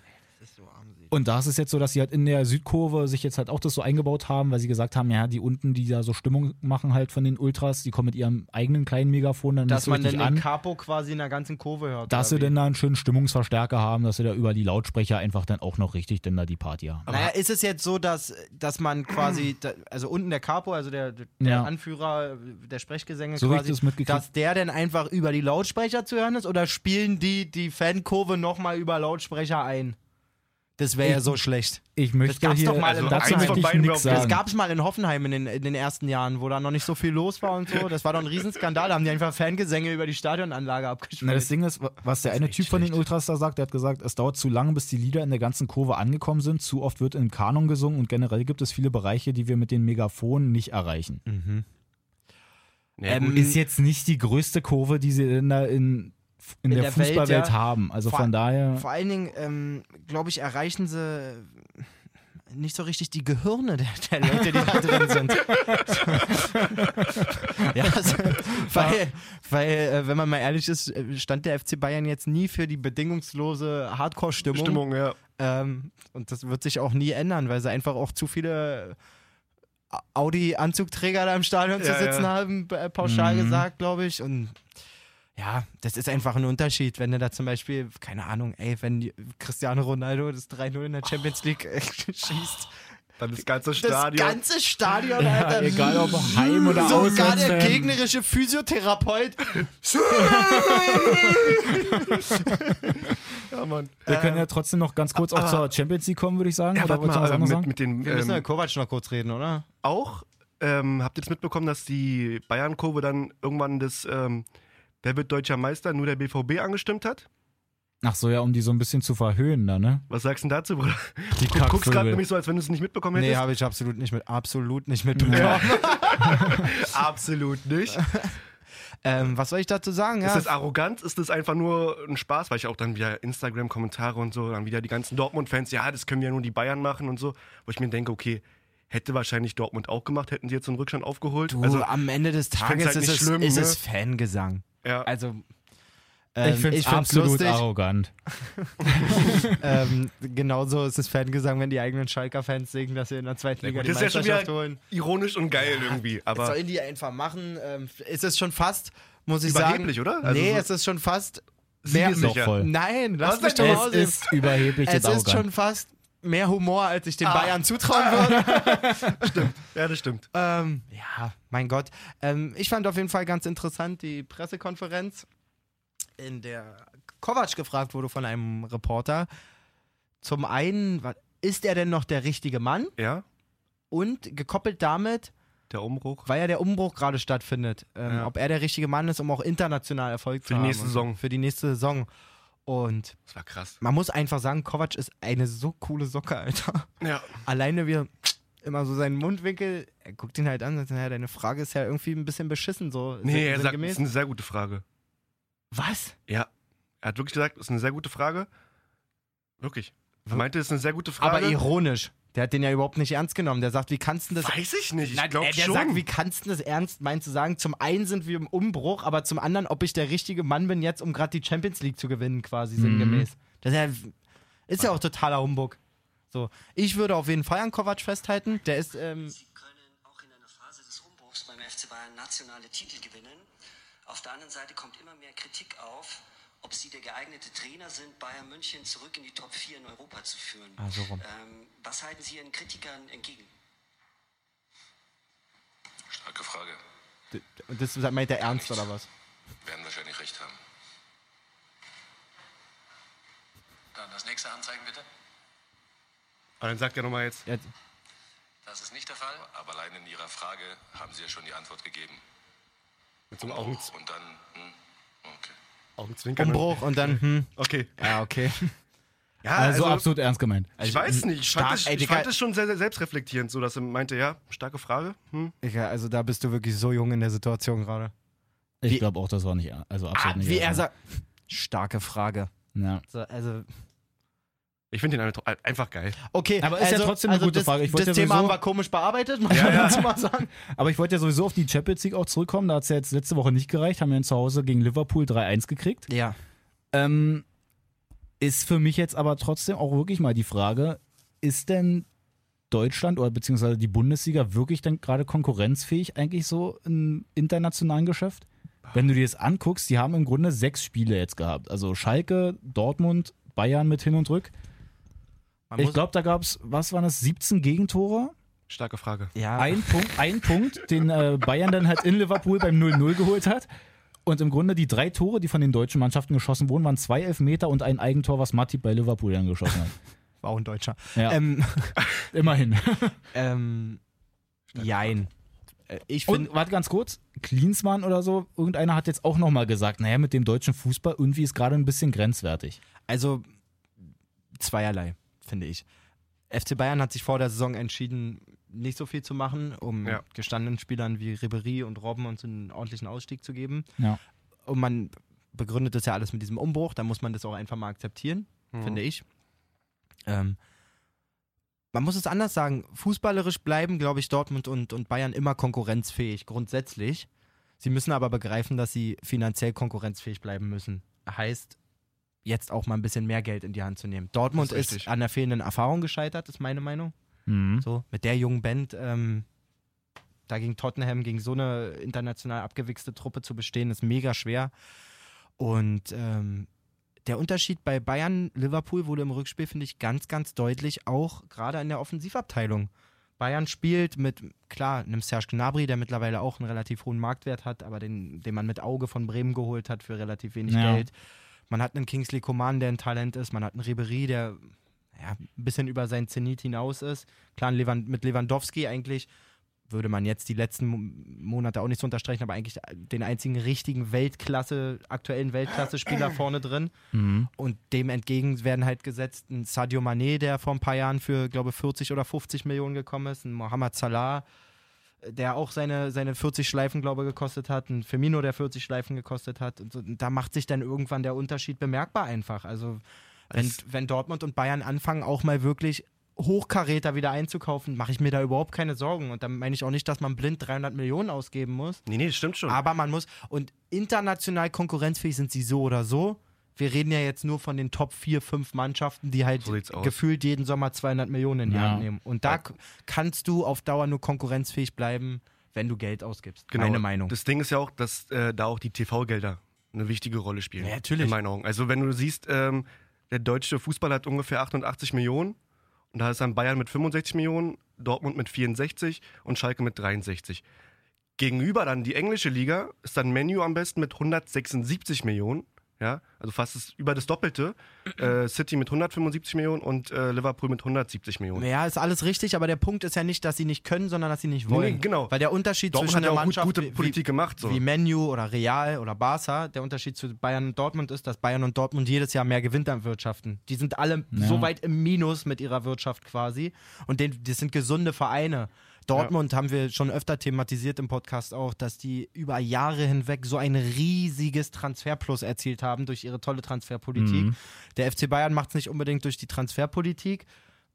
S3: Und da ist es jetzt so, dass sie halt in der Südkurve sich jetzt halt auch das so eingebaut haben, weil sie gesagt haben, ja, die unten, die da so Stimmung machen halt von den Ultras, die kommen mit ihrem eigenen kleinen Megafon dann nicht
S2: Dass
S3: so
S2: man dann
S3: richtig an
S2: den Capo quasi in der ganzen Kurve hört.
S3: dass sie
S2: oder wie?
S3: denn da einen schönen Stimmungsverstärker haben, dass sie da über die Lautsprecher einfach dann auch noch richtig denn da die Party haben.
S2: Naja, ist es jetzt so, dass, dass man quasi, da, also unten der Capo, also der, der
S3: Ja.
S2: Anführer der Sprechgesänge
S3: So wie ich
S2: quasi,
S3: das mitgekriegt-
S2: dass der denn einfach über die Lautsprecher zu hören ist oder spielen die die Fankurve nochmal über Lautsprecher ein? Das wäre ja so schlecht.
S3: Ich möchte
S2: gab's
S3: hier,
S2: doch mal im
S3: dazu
S2: Verein
S3: möchte
S1: von
S3: ich
S1: beiden
S3: nichts
S1: überhaupt
S2: Das
S3: sagen.
S2: gab es mal in Hoffenheim in den, in den ersten Jahren, wo da noch nicht so viel los war und so. Das war doch ein Riesenskandal. Da haben die einfach Fangesänge über die Stadionanlage abgespielt.
S3: Na, das Ding ist, wa- was der eine Typ von den Ultras da sagt, der hat gesagt, es dauert zu lange, bis die Lieder in der ganzen Kurve angekommen sind. Zu oft wird im Kanon gesungen und generell gibt es viele Bereiche, die wir mit den Megafonen nicht erreichen.
S1: Nee,
S2: Ähm,
S1: gut.
S3: Ist jetzt nicht die größte Kurve, die sie denn da in, in, der,
S2: der Welt,
S3: Fußballwelt
S2: ja.
S3: haben. Also
S2: Vor-
S3: von daher,
S2: Vor allen Dingen, ähm, glaube ich, erreichen sie äh, nicht so richtig die Gehirne der, der Leute, die da drin sind. ja, also, weil, weil äh, wenn man mal ehrlich ist, äh, stand der FC Bayern jetzt nie für die bedingungslose Hardcore-Stimmung.
S1: Stimmung, ja.
S2: Ähm, und das wird sich auch nie ändern, weil sie einfach auch zu viele äh, Audi-Anzugträger da im Stadion zu
S1: Ja,
S2: sitzen
S1: ja.
S2: haben, äh, pauschal
S3: Mhm.
S2: gesagt, glaube ich. Und ja, das ist einfach ein Unterschied, wenn du da zum Beispiel, keine Ahnung, ey, wenn die- Cristiano Ronaldo das 3-0 in der Champions League äh, schießt.
S1: Dann das ganze
S2: Das
S1: Stadion.
S2: ganze Stadion, Alter.
S3: egal ob
S2: ähm,
S3: Heim oder
S2: Sogar
S3: Auswärts.
S2: der gegnerische Physiotherapeut.
S1: ja, Mann.
S3: Wir können ja
S2: Ähm,
S3: trotzdem noch ganz
S2: ah,
S3: kurz auch zur Champions League kommen, würde ich sagen.
S1: Ja,
S3: oder
S1: warte
S3: wolltest du was
S1: mal, äh,
S3: anderes
S1: mit,
S3: sagen?
S1: mit den
S2: Wir müssen
S1: ähm,
S2: über Kovac noch kurz reden, oder?
S1: auch. Ähm, habt ihr jetzt mitbekommen, dass die Bayern-Kurve dann irgendwann das ähm, Wer wird deutscher Meister, nur der BVB angestimmt hat?
S3: Ach so, ja, um die so ein bisschen zu verhöhnen da, ne?
S1: Was sagst du denn dazu, Bruder?
S3: Die
S1: Du guckst gerade nämlich so, als wenn du es nicht mitbekommen
S2: Nee,
S1: hättest.
S2: habe ich absolut nicht mit, absolut nicht mitbekommen.
S1: Absolut nicht.
S2: Ähm, was soll ich dazu sagen?
S1: Ist
S2: Ja,
S1: das arrogant? Ist das einfach nur ein Spaß? Weil ich auch dann wieder Instagram-Kommentare und so, dann wieder die ganzen Dortmund-Fans, ja, das können ja nur die Bayern machen und so. Wo ich mir denke, okay, hätte wahrscheinlich Dortmund auch gemacht, hätten sie jetzt so einen Rückstand aufgeholt.
S2: Du,
S1: also,
S2: am Ende des
S1: find's
S2: Tages
S1: halt
S2: ist,
S1: nicht
S2: es,
S1: schlimm,
S2: ist
S1: ne?
S2: es Fangesang.
S1: ja,
S2: Also ähm,
S3: Ich finde es
S2: find's
S3: absolut arrogant.
S2: Ähm, genauso ist es Fangesang, wenn die eigenen Schalker-Fans singen, dass sie in der zweiten Liga
S1: gut,
S2: die
S1: das ist ja schon
S2: Meisterschaft
S1: wieder-
S2: holen.
S1: ironisch und geil irgendwie.
S2: Was
S1: Aber
S2: sollen die einfach machen? Ähm, ist es schon fast, muss ich
S1: überheblich,
S2: sagen.
S1: oder? Also
S2: nee,
S1: so
S2: es ist schon fast.
S1: siegessicher.
S3: ist doch voll.
S2: Nein, lass
S1: Was
S2: mich doch
S1: denn?
S2: mal
S1: Es
S2: aussehen.
S3: Es ist überheblich
S2: es
S3: jetzt
S2: ist
S3: arrogant.
S2: schon fast mehr Humor, als ich
S1: Ah.
S2: den Bayern zutrauen würde.
S1: Ja, das stimmt.
S2: Ähm, ja, mein Gott. Ähm, ich fand auf jeden Fall ganz interessant die Pressekonferenz, in der Kovac gefragt wurde von einem Reporter. Zum einen, wa- ist er denn noch der richtige Mann?
S1: Ja,
S2: Und gekoppelt damit,
S1: der Umbruch.
S2: weil ja der Umbruch gerade stattfindet, ähm,
S1: Ja.
S2: ob er der richtige Mann ist, um auch international Erfolg
S1: Für
S2: zu
S1: die
S2: haben.
S1: nächste
S2: und-
S1: Saison.
S2: Für die nächste Saison. Und
S1: Das war krass.
S2: man muss einfach sagen, Kovac ist eine so coole Socke, Alter
S1: Ja.
S2: alleine wir immer so seinen Mundwinkel, er guckt ihn halt an und sagt, naja, deine Frage ist ja irgendwie ein bisschen beschissen, so
S1: Nee,
S2: sinn-
S1: er sagt, das
S2: sinngemäß.
S1: ist eine sehr gute Frage.
S2: Was?
S1: Ja. Er hat wirklich gesagt, ist eine sehr gute Frage. Wirklich. Er meinte, ist eine sehr gute Frage.
S2: Aber ironisch. Der hat den ja überhaupt nicht ernst genommen. Der sagt, wie kannst du das
S1: Weiß ich nicht. Ich
S2: Nein,
S1: glaube
S2: äh, der
S1: schon.
S2: sagt, wie kannst du das ernst meinen zu sagen? Zum einen sind wir im Umbruch, aber zum anderen, ob ich der richtige Mann bin jetzt, um gerade die Champions League zu gewinnen, quasi
S1: Mhm.
S2: sinngemäß. Das ist ja, ist ja auch totaler Humbug. So, ich würde auf jeden Fall an Kovac festhalten. Der ist, ähm,
S6: Sie können auch in einer Phase des Umbruchs beim FC Bayern nationale Titel gewinnen. Auf der anderen Seite kommt immer mehr Kritik auf, ob Sie der geeignete Trainer sind, Bayern München zurück in die Top 4 in Europa zu führen.
S2: Ah, so rum.
S6: Ähm, was halten Sie Ihren Kritikern entgegen?
S7: Starke Frage.
S2: d- das meint der ernst oder was?
S7: Werden wahrscheinlich recht haben. Dann das nächste Handzeichen bitte.
S1: Aber dann sagt er nochmal jetzt.
S2: Der,
S7: Das ist nicht der Fall. Aber allein in Ihrer Frage haben Sie ja schon die Antwort gegeben.
S1: Mit so einem Augen,
S7: Und dann, hm, okay.
S1: Augenzwinkern.
S2: Umbruch und dann, hm,
S1: Okay.
S2: ja, okay.
S1: Ja,
S3: Also, absolut ernst gemeint.
S2: Also
S1: Ich weiß nicht. Ich
S2: stark,
S1: fand, es,
S2: ey,
S1: ich
S2: Digga.
S1: fand es schon sehr, sehr selbstreflektierend, so dass er meinte, ja, starke Frage. Hm.
S2: Digga, also da bist du wirklich so jung in der Situation gerade.
S3: Ich
S2: Wie-
S3: glaube auch, das war nicht, er- also absolut
S2: Ah,
S3: nicht.
S2: wie er
S3: ernst
S2: sagt. Starke Frage.
S3: gemeint.
S2: So, also,
S1: Ich finde den einfach- einfach geil.
S2: okay.
S3: Aber ist ja
S2: also,
S3: trotzdem eine
S2: also
S3: gute
S2: das,
S3: Frage. Ich
S2: das
S3: wollte ja
S2: Thema haben
S3: sowieso-
S2: wir komisch bearbeitet, muss man dazu mal sagen.
S3: ja. Aber ich wollte ja sowieso auf die Champions League auch zurückkommen. Da hat es ja jetzt letzte Woche nicht gereicht. Haben wir zu Hause gegen Liverpool 3-1 gekriegt.
S2: Ja.
S3: Ähm, ist für mich jetzt aber trotzdem auch wirklich mal die Frage, ist denn Deutschland oder beziehungsweise die Bundesliga wirklich dann gerade konkurrenzfähig eigentlich so im internationalen Geschäft? Wenn du dir das anguckst, die haben im Grunde sechs Spiele jetzt gehabt. Also Schalke, Dortmund, Bayern mit hin und rück.
S2: Man
S3: Ich
S2: muss-
S3: glaube, da gab es, was waren das, 17 Gegentore?
S1: Starke Frage.
S2: ja.
S3: Ein Punkt, ein Punkt, den äh, Bayern dann halt in Liverpool beim 0-0 geholt hat. Und im Grunde die drei Tore, die von den deutschen Mannschaften geschossen wurden, waren zwei Elfmeter und ein Eigentor, was Matip bei Liverpool dann geschossen hat.
S2: War auch ein Deutscher.
S3: Ja.
S2: Ähm,
S3: Immerhin.
S2: ähm, jein. Äh, Ich
S3: Und
S2: finde,
S3: warte ganz kurz, Klinsmann oder so, irgendeiner hat jetzt auch nochmal gesagt, naja, mit dem deutschen Fußball irgendwie ist gerade ein bisschen grenzwertig.
S2: also zweierlei, finde ich. FC Bayern hat sich vor der Saison entschieden, nicht so viel zu machen, um
S1: Ja.
S2: gestandenen Spielern wie Ribéry und Robben uns einen ordentlichen Ausstieg zu geben.
S3: Ja.
S2: Und man begründet das ja alles mit diesem Umbruch, da muss man das auch einfach mal akzeptieren,
S1: Hm.
S2: finde
S1: Mhm.
S2: ich. Ähm, man muss es anders sagen, fußballerisch bleiben, glaube ich, Dortmund und, und Bayern immer konkurrenzfähig, grundsätzlich. Sie müssen aber begreifen, dass sie finanziell konkurrenzfähig bleiben müssen. Heißt, jetzt auch mal ein bisschen mehr Geld in die Hand zu nehmen. Dortmund
S1: Das ist
S2: ist,
S1: richtig. Mhm.
S2: an der fehlenden Erfahrung gescheitert, ist meine Meinung. So, mit der jungen Band, ähm, da gegen Tottenham, gegen so eine international abgewichste Truppe zu bestehen, ist mega schwer. Und ähm, der Unterschied bei Bayern, Liverpool wurde im Rückspiel, finde ich, ganz, ganz deutlich, auch gerade in der Offensivabteilung. Bayern spielt mit, klar, einem Serge Gnabry, der mittlerweile auch einen relativ hohen Marktwert hat, aber den, den man mit Auge von Bremen geholt hat für relativ wenig
S3: Ja.
S2: Geld. Man hat einen Kingsley Coman, der ein Talent ist. Man hat einen Ribery, der ja, ein bisschen über sein Zenit hinaus ist. Klar, Lewand, mit Lewandowski eigentlich würde man jetzt die letzten Mo- Monate auch nicht so unterstreichen, aber eigentlich den einzigen richtigen Weltklasse, aktuellen Weltklasse-Spieler vorne drin.
S3: mhm.
S2: Und dem entgegen werden halt gesetzt ein Sadio Mané, der vor ein paar Jahren für, glaube 40 oder 50 Millionen gekommen ist, ein Mohamed Salah, äh, der auch seine, seine 40 Schleifen, glaube ich, gekostet hat, ein Firmino, der 40 Schleifen gekostet hat. Und so, und da macht sich dann irgendwann der Unterschied bemerkbar einfach. Also wenn, wenn Dortmund und Bayern anfangen, auch mal wirklich Hochkaräter wieder einzukaufen, mache ich mir da überhaupt keine Sorgen. Und dann meine ich auch nicht, dass man blind 300 Millionen ausgeben muss.
S1: Nee, nee, stimmt schon.
S2: Aber man muss, und international konkurrenzfähig sind sie so oder so. Wir reden ja jetzt nur von den Top 4, 5 Mannschaften, die halt
S1: So sieht's aus.
S2: gefühlt jeden Sommer 200 Millionen in die
S3: Ja.
S2: Hand nehmen. Und da k- kannst du auf Dauer nur konkurrenzfähig bleiben, wenn du Geld ausgibst.
S1: Genau.
S2: Meine Meinung.
S1: Das Ding ist ja auch, dass äh, da auch die TV-Gelder eine wichtige Rolle spielen.
S2: Ja, natürlich.
S1: In meinen Augen. Also wenn du siehst, ähm, der deutsche Fußball hat ungefähr 88 Millionen und da ist dann Bayern mit 65 Millionen, Dortmund mit 64 und Schalke mit 63. Gegenüber dann die englische Liga ist dann Menu am besten mit 176 Millionen. Ja, also fast das, über das Doppelte. Äh, City mit 175 Millionen und äh, Liverpool mit 170 Millionen.
S2: ja, ist alles richtig, aber der Punkt ist ja nicht, dass sie nicht können, sondern dass sie nicht
S1: Nee,
S2: wollen.
S1: nee, genau.
S2: Weil der Unterschied
S1: Dortmund
S2: zwischen
S1: hat ja
S2: der
S1: auch gut,
S2: Mannschaft
S1: gute
S2: wie-
S1: Politik gemacht. So.
S2: wie Menu oder Real oder Barca. Der Unterschied zu Bayern und Dortmund ist, dass Bayern und Dortmund jedes Jahr mehr Gewinn am Wirtschaften. Die sind alle
S3: Ja.
S2: so weit im Minus mit ihrer Wirtschaft quasi. Und den, das sind gesunde Vereine. Dortmund haben wir schon öfter thematisiert im Podcast auch, dass die über Jahre hinweg so ein riesiges Transferplus erzielt haben durch ihre tolle Transferpolitik.
S3: Mhm.
S2: Der FC Bayern macht es nicht unbedingt durch die Transferpolitik.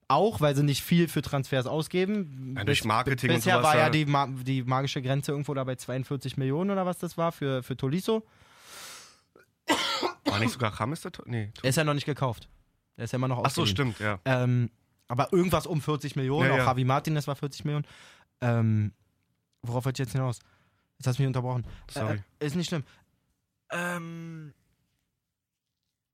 S2: Auch, weil sie nicht viel für Transfers ausgeben.
S1: Ja, durch Marketing und
S2: Bisher
S1: sowas
S2: war ja
S1: halt.
S2: die, Ma die magische Grenze irgendwo da bei 42 Millionen oder was das war für, für Tolisso.
S1: War nicht sogar Rames der Tor? Nee.
S2: Er ist ja noch nicht gekauft. Er ist ja immer noch
S1: Ach so,
S2: ausgeliehen.
S1: stimmt, ja.
S2: Ähm, aber irgendwas um 40 Millionen,
S1: Ja,
S2: auch
S1: ja.
S2: Javi Martinez war 40 Millionen. Ähm, worauf wollte ich jetzt hinaus? Jetzt hast du mich unterbrochen.
S1: Sorry.
S2: Äh, ist nicht schlimm. Ähm,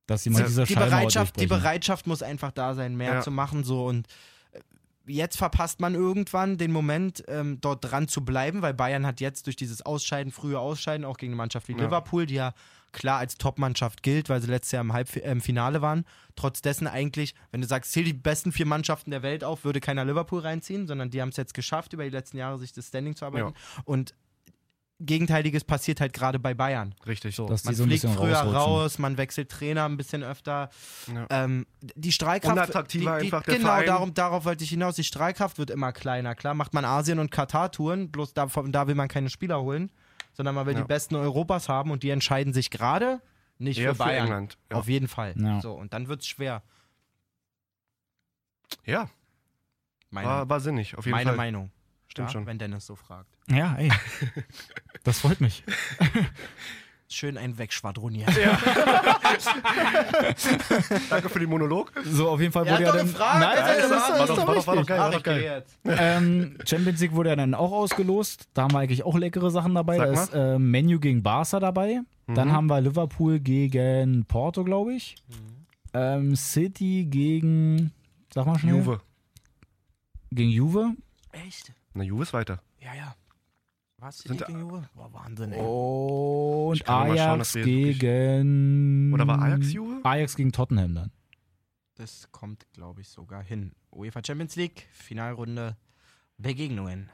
S3: dass jemand dieser
S2: Also die,
S3: Schallmauer
S2: Bereitschaft, die
S3: durchbrechen.
S2: Bereitschaft muss einfach da sein, mehr
S1: Ja.
S2: zu machen. So und äh, jetzt verpasst man irgendwann den Moment, ähm, dort dran zu bleiben, weil Bayern hat jetzt durch dieses Ausscheiden, frühe Ausscheiden, auch gegen eine Mannschaft wie
S1: Ja.
S2: Liverpool, die ja klar als Top-Mannschaft gilt, weil sie letztes Jahr im, Halbf äh, im Finale waren. Trotz dessen eigentlich, wenn du sagst, zähl die besten vier Mannschaften der Welt auf, würde keiner Liverpool reinziehen, sondern die haben es jetzt geschafft, über die letzten Jahre sich das Standing zu arbeiten. Und Gegenteiliges passiert halt gerade bei Bayern.
S1: Richtig.
S2: So,
S3: Dass die
S2: man
S3: so ein
S2: fliegt
S3: bisschen
S2: früher
S3: rausrutschen.
S2: raus, man wechselt Trainer ein bisschen öfter.
S1: Ja.
S2: Ähm, die Strahlkraft.
S1: Unattraktiver
S2: die, die,
S1: einfach der
S2: Genau,
S1: Verein.
S2: Darum, darauf wollte ich hinaus. Die Strahlkraft wird immer kleiner. Klar macht man Asien- und Katar-Touren, bloß da, von da will man keine Spieler holen, sondern man will
S1: Ja.
S2: die Besten Europas haben und die entscheiden sich gerade nicht
S1: Eher
S2: für Bayern.
S1: England. Ja.
S2: Auf jeden Fall.
S3: Ja.
S2: So, und dann wird es schwer.
S1: ja,
S2: Meine,
S1: war, war sinnig, Ah, auf jeden
S2: meine
S1: Fall.
S2: Meinung.
S1: Stimmt
S2: ja,
S1: schon.
S2: Wenn Dennis so fragt.
S3: Ja, ey. Das freut mich.
S2: Schön ein Wegschwadronieren.
S1: Danke für den Monolog.
S3: So, auf jeden Fall wurde ja dann. Nein,
S1: Alter,
S3: das ist-
S1: war doch-
S3: ist
S1: war doch- war doch
S3: richtig.
S1: geil, war
S2: Ach,
S1: doch
S2: ich gehe
S1: geil.
S2: jetzt.
S3: ähm, Champions League wurde ja dann auch ausgelost. Da haben wir eigentlich auch leckere Sachen dabei.
S1: Sag
S3: da
S1: mal.
S3: ist äh, Menu gegen Barca dabei.
S1: Mhm.
S3: Dann haben wir Liverpool gegen Porto, glaube ich. Ähm, City gegen, sag mal schnell,
S1: Juve.
S3: gegen Juve.
S2: Echt?
S1: Na, Juve ist weiter.
S2: Ja, ja. Was? City
S1: Sind da-
S2: gegen Juve? Boah, Wahnsinn,
S3: Oh.
S2: ey.
S3: Und
S1: Oh. kann noch mal schauen,
S3: Ajax
S1: dass wir jetzt wirklich-
S3: gegen.
S1: Oder war Ajax Juve?
S3: Ajax gegen Tottenham dann.
S2: Das kommt, glaube ich, sogar hin. UEFA Champions League, Finalrunde, Begegnungen.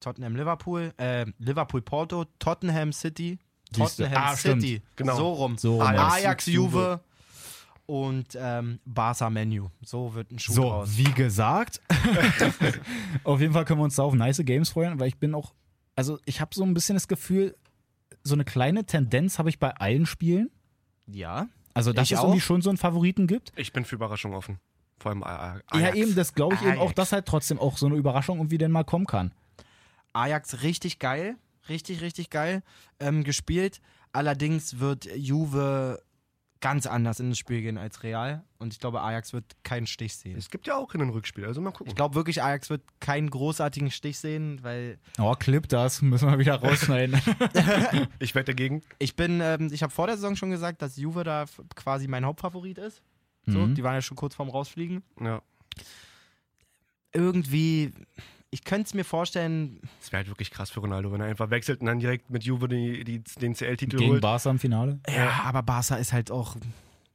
S2: Tottenham Liverpool, äh, Liverpool Porto, Tottenham City,
S3: Siehste.
S2: Tottenham
S3: Ah, stimmt.
S2: City.
S1: Genau.
S2: So rum.
S3: So rum,
S2: Ajax,
S3: ja.
S2: Juve und ähm, Barca Menu. So wird ein Schuh
S3: So,
S2: raus.
S3: wie gesagt. auf jeden Fall können wir uns da auf nice Games freuen, weil ich bin auch, also ich habe so ein bisschen das Gefühl, so eine kleine Tendenz habe ich bei allen Spielen.
S2: Ja.
S3: Also, dass
S2: Ich
S3: es
S2: auch.
S3: irgendwie schon so einen Favoriten gibt.
S1: Ich bin für Überraschungen offen. Vor allem Aj- Aj-
S3: Ja,
S1: Ajax.
S3: eben, das glaube ich eben auch,
S2: Ajax.
S3: dass halt trotzdem auch so eine Überraschung irgendwie denn mal kommen kann.
S2: Ajax richtig geil, richtig, richtig geil ähm, gespielt. Allerdings wird Juve ganz anders in das Spiel gehen als Real. Und ich glaube, Ajax wird keinen Stich sehen.
S1: Es gibt ja auch in den Rückspiel, also mal gucken.
S2: Ich glaube wirklich, Ajax wird keinen großartigen Stich sehen, weil
S3: Oh, Clip das, müssen wir wieder rausschneiden.
S1: Ich wette dagegen.
S2: ich bin, ähm, ich habe vor der Saison schon gesagt, dass Juve da f- quasi mein Hauptfavorit ist. So,
S3: Mhm.
S2: Die waren ja schon kurz vorm Rausfliegen.
S1: Ja.
S2: Irgendwie, ich könnte es mir vorstellen,
S1: Es wäre halt wirklich krass für Ronaldo, wenn er einfach wechselt und dann direkt mit Juve die, die, den CL-Titel
S3: Gegen
S1: holt.
S3: Barca im Finale.
S2: ja, aber Barca ist halt auch,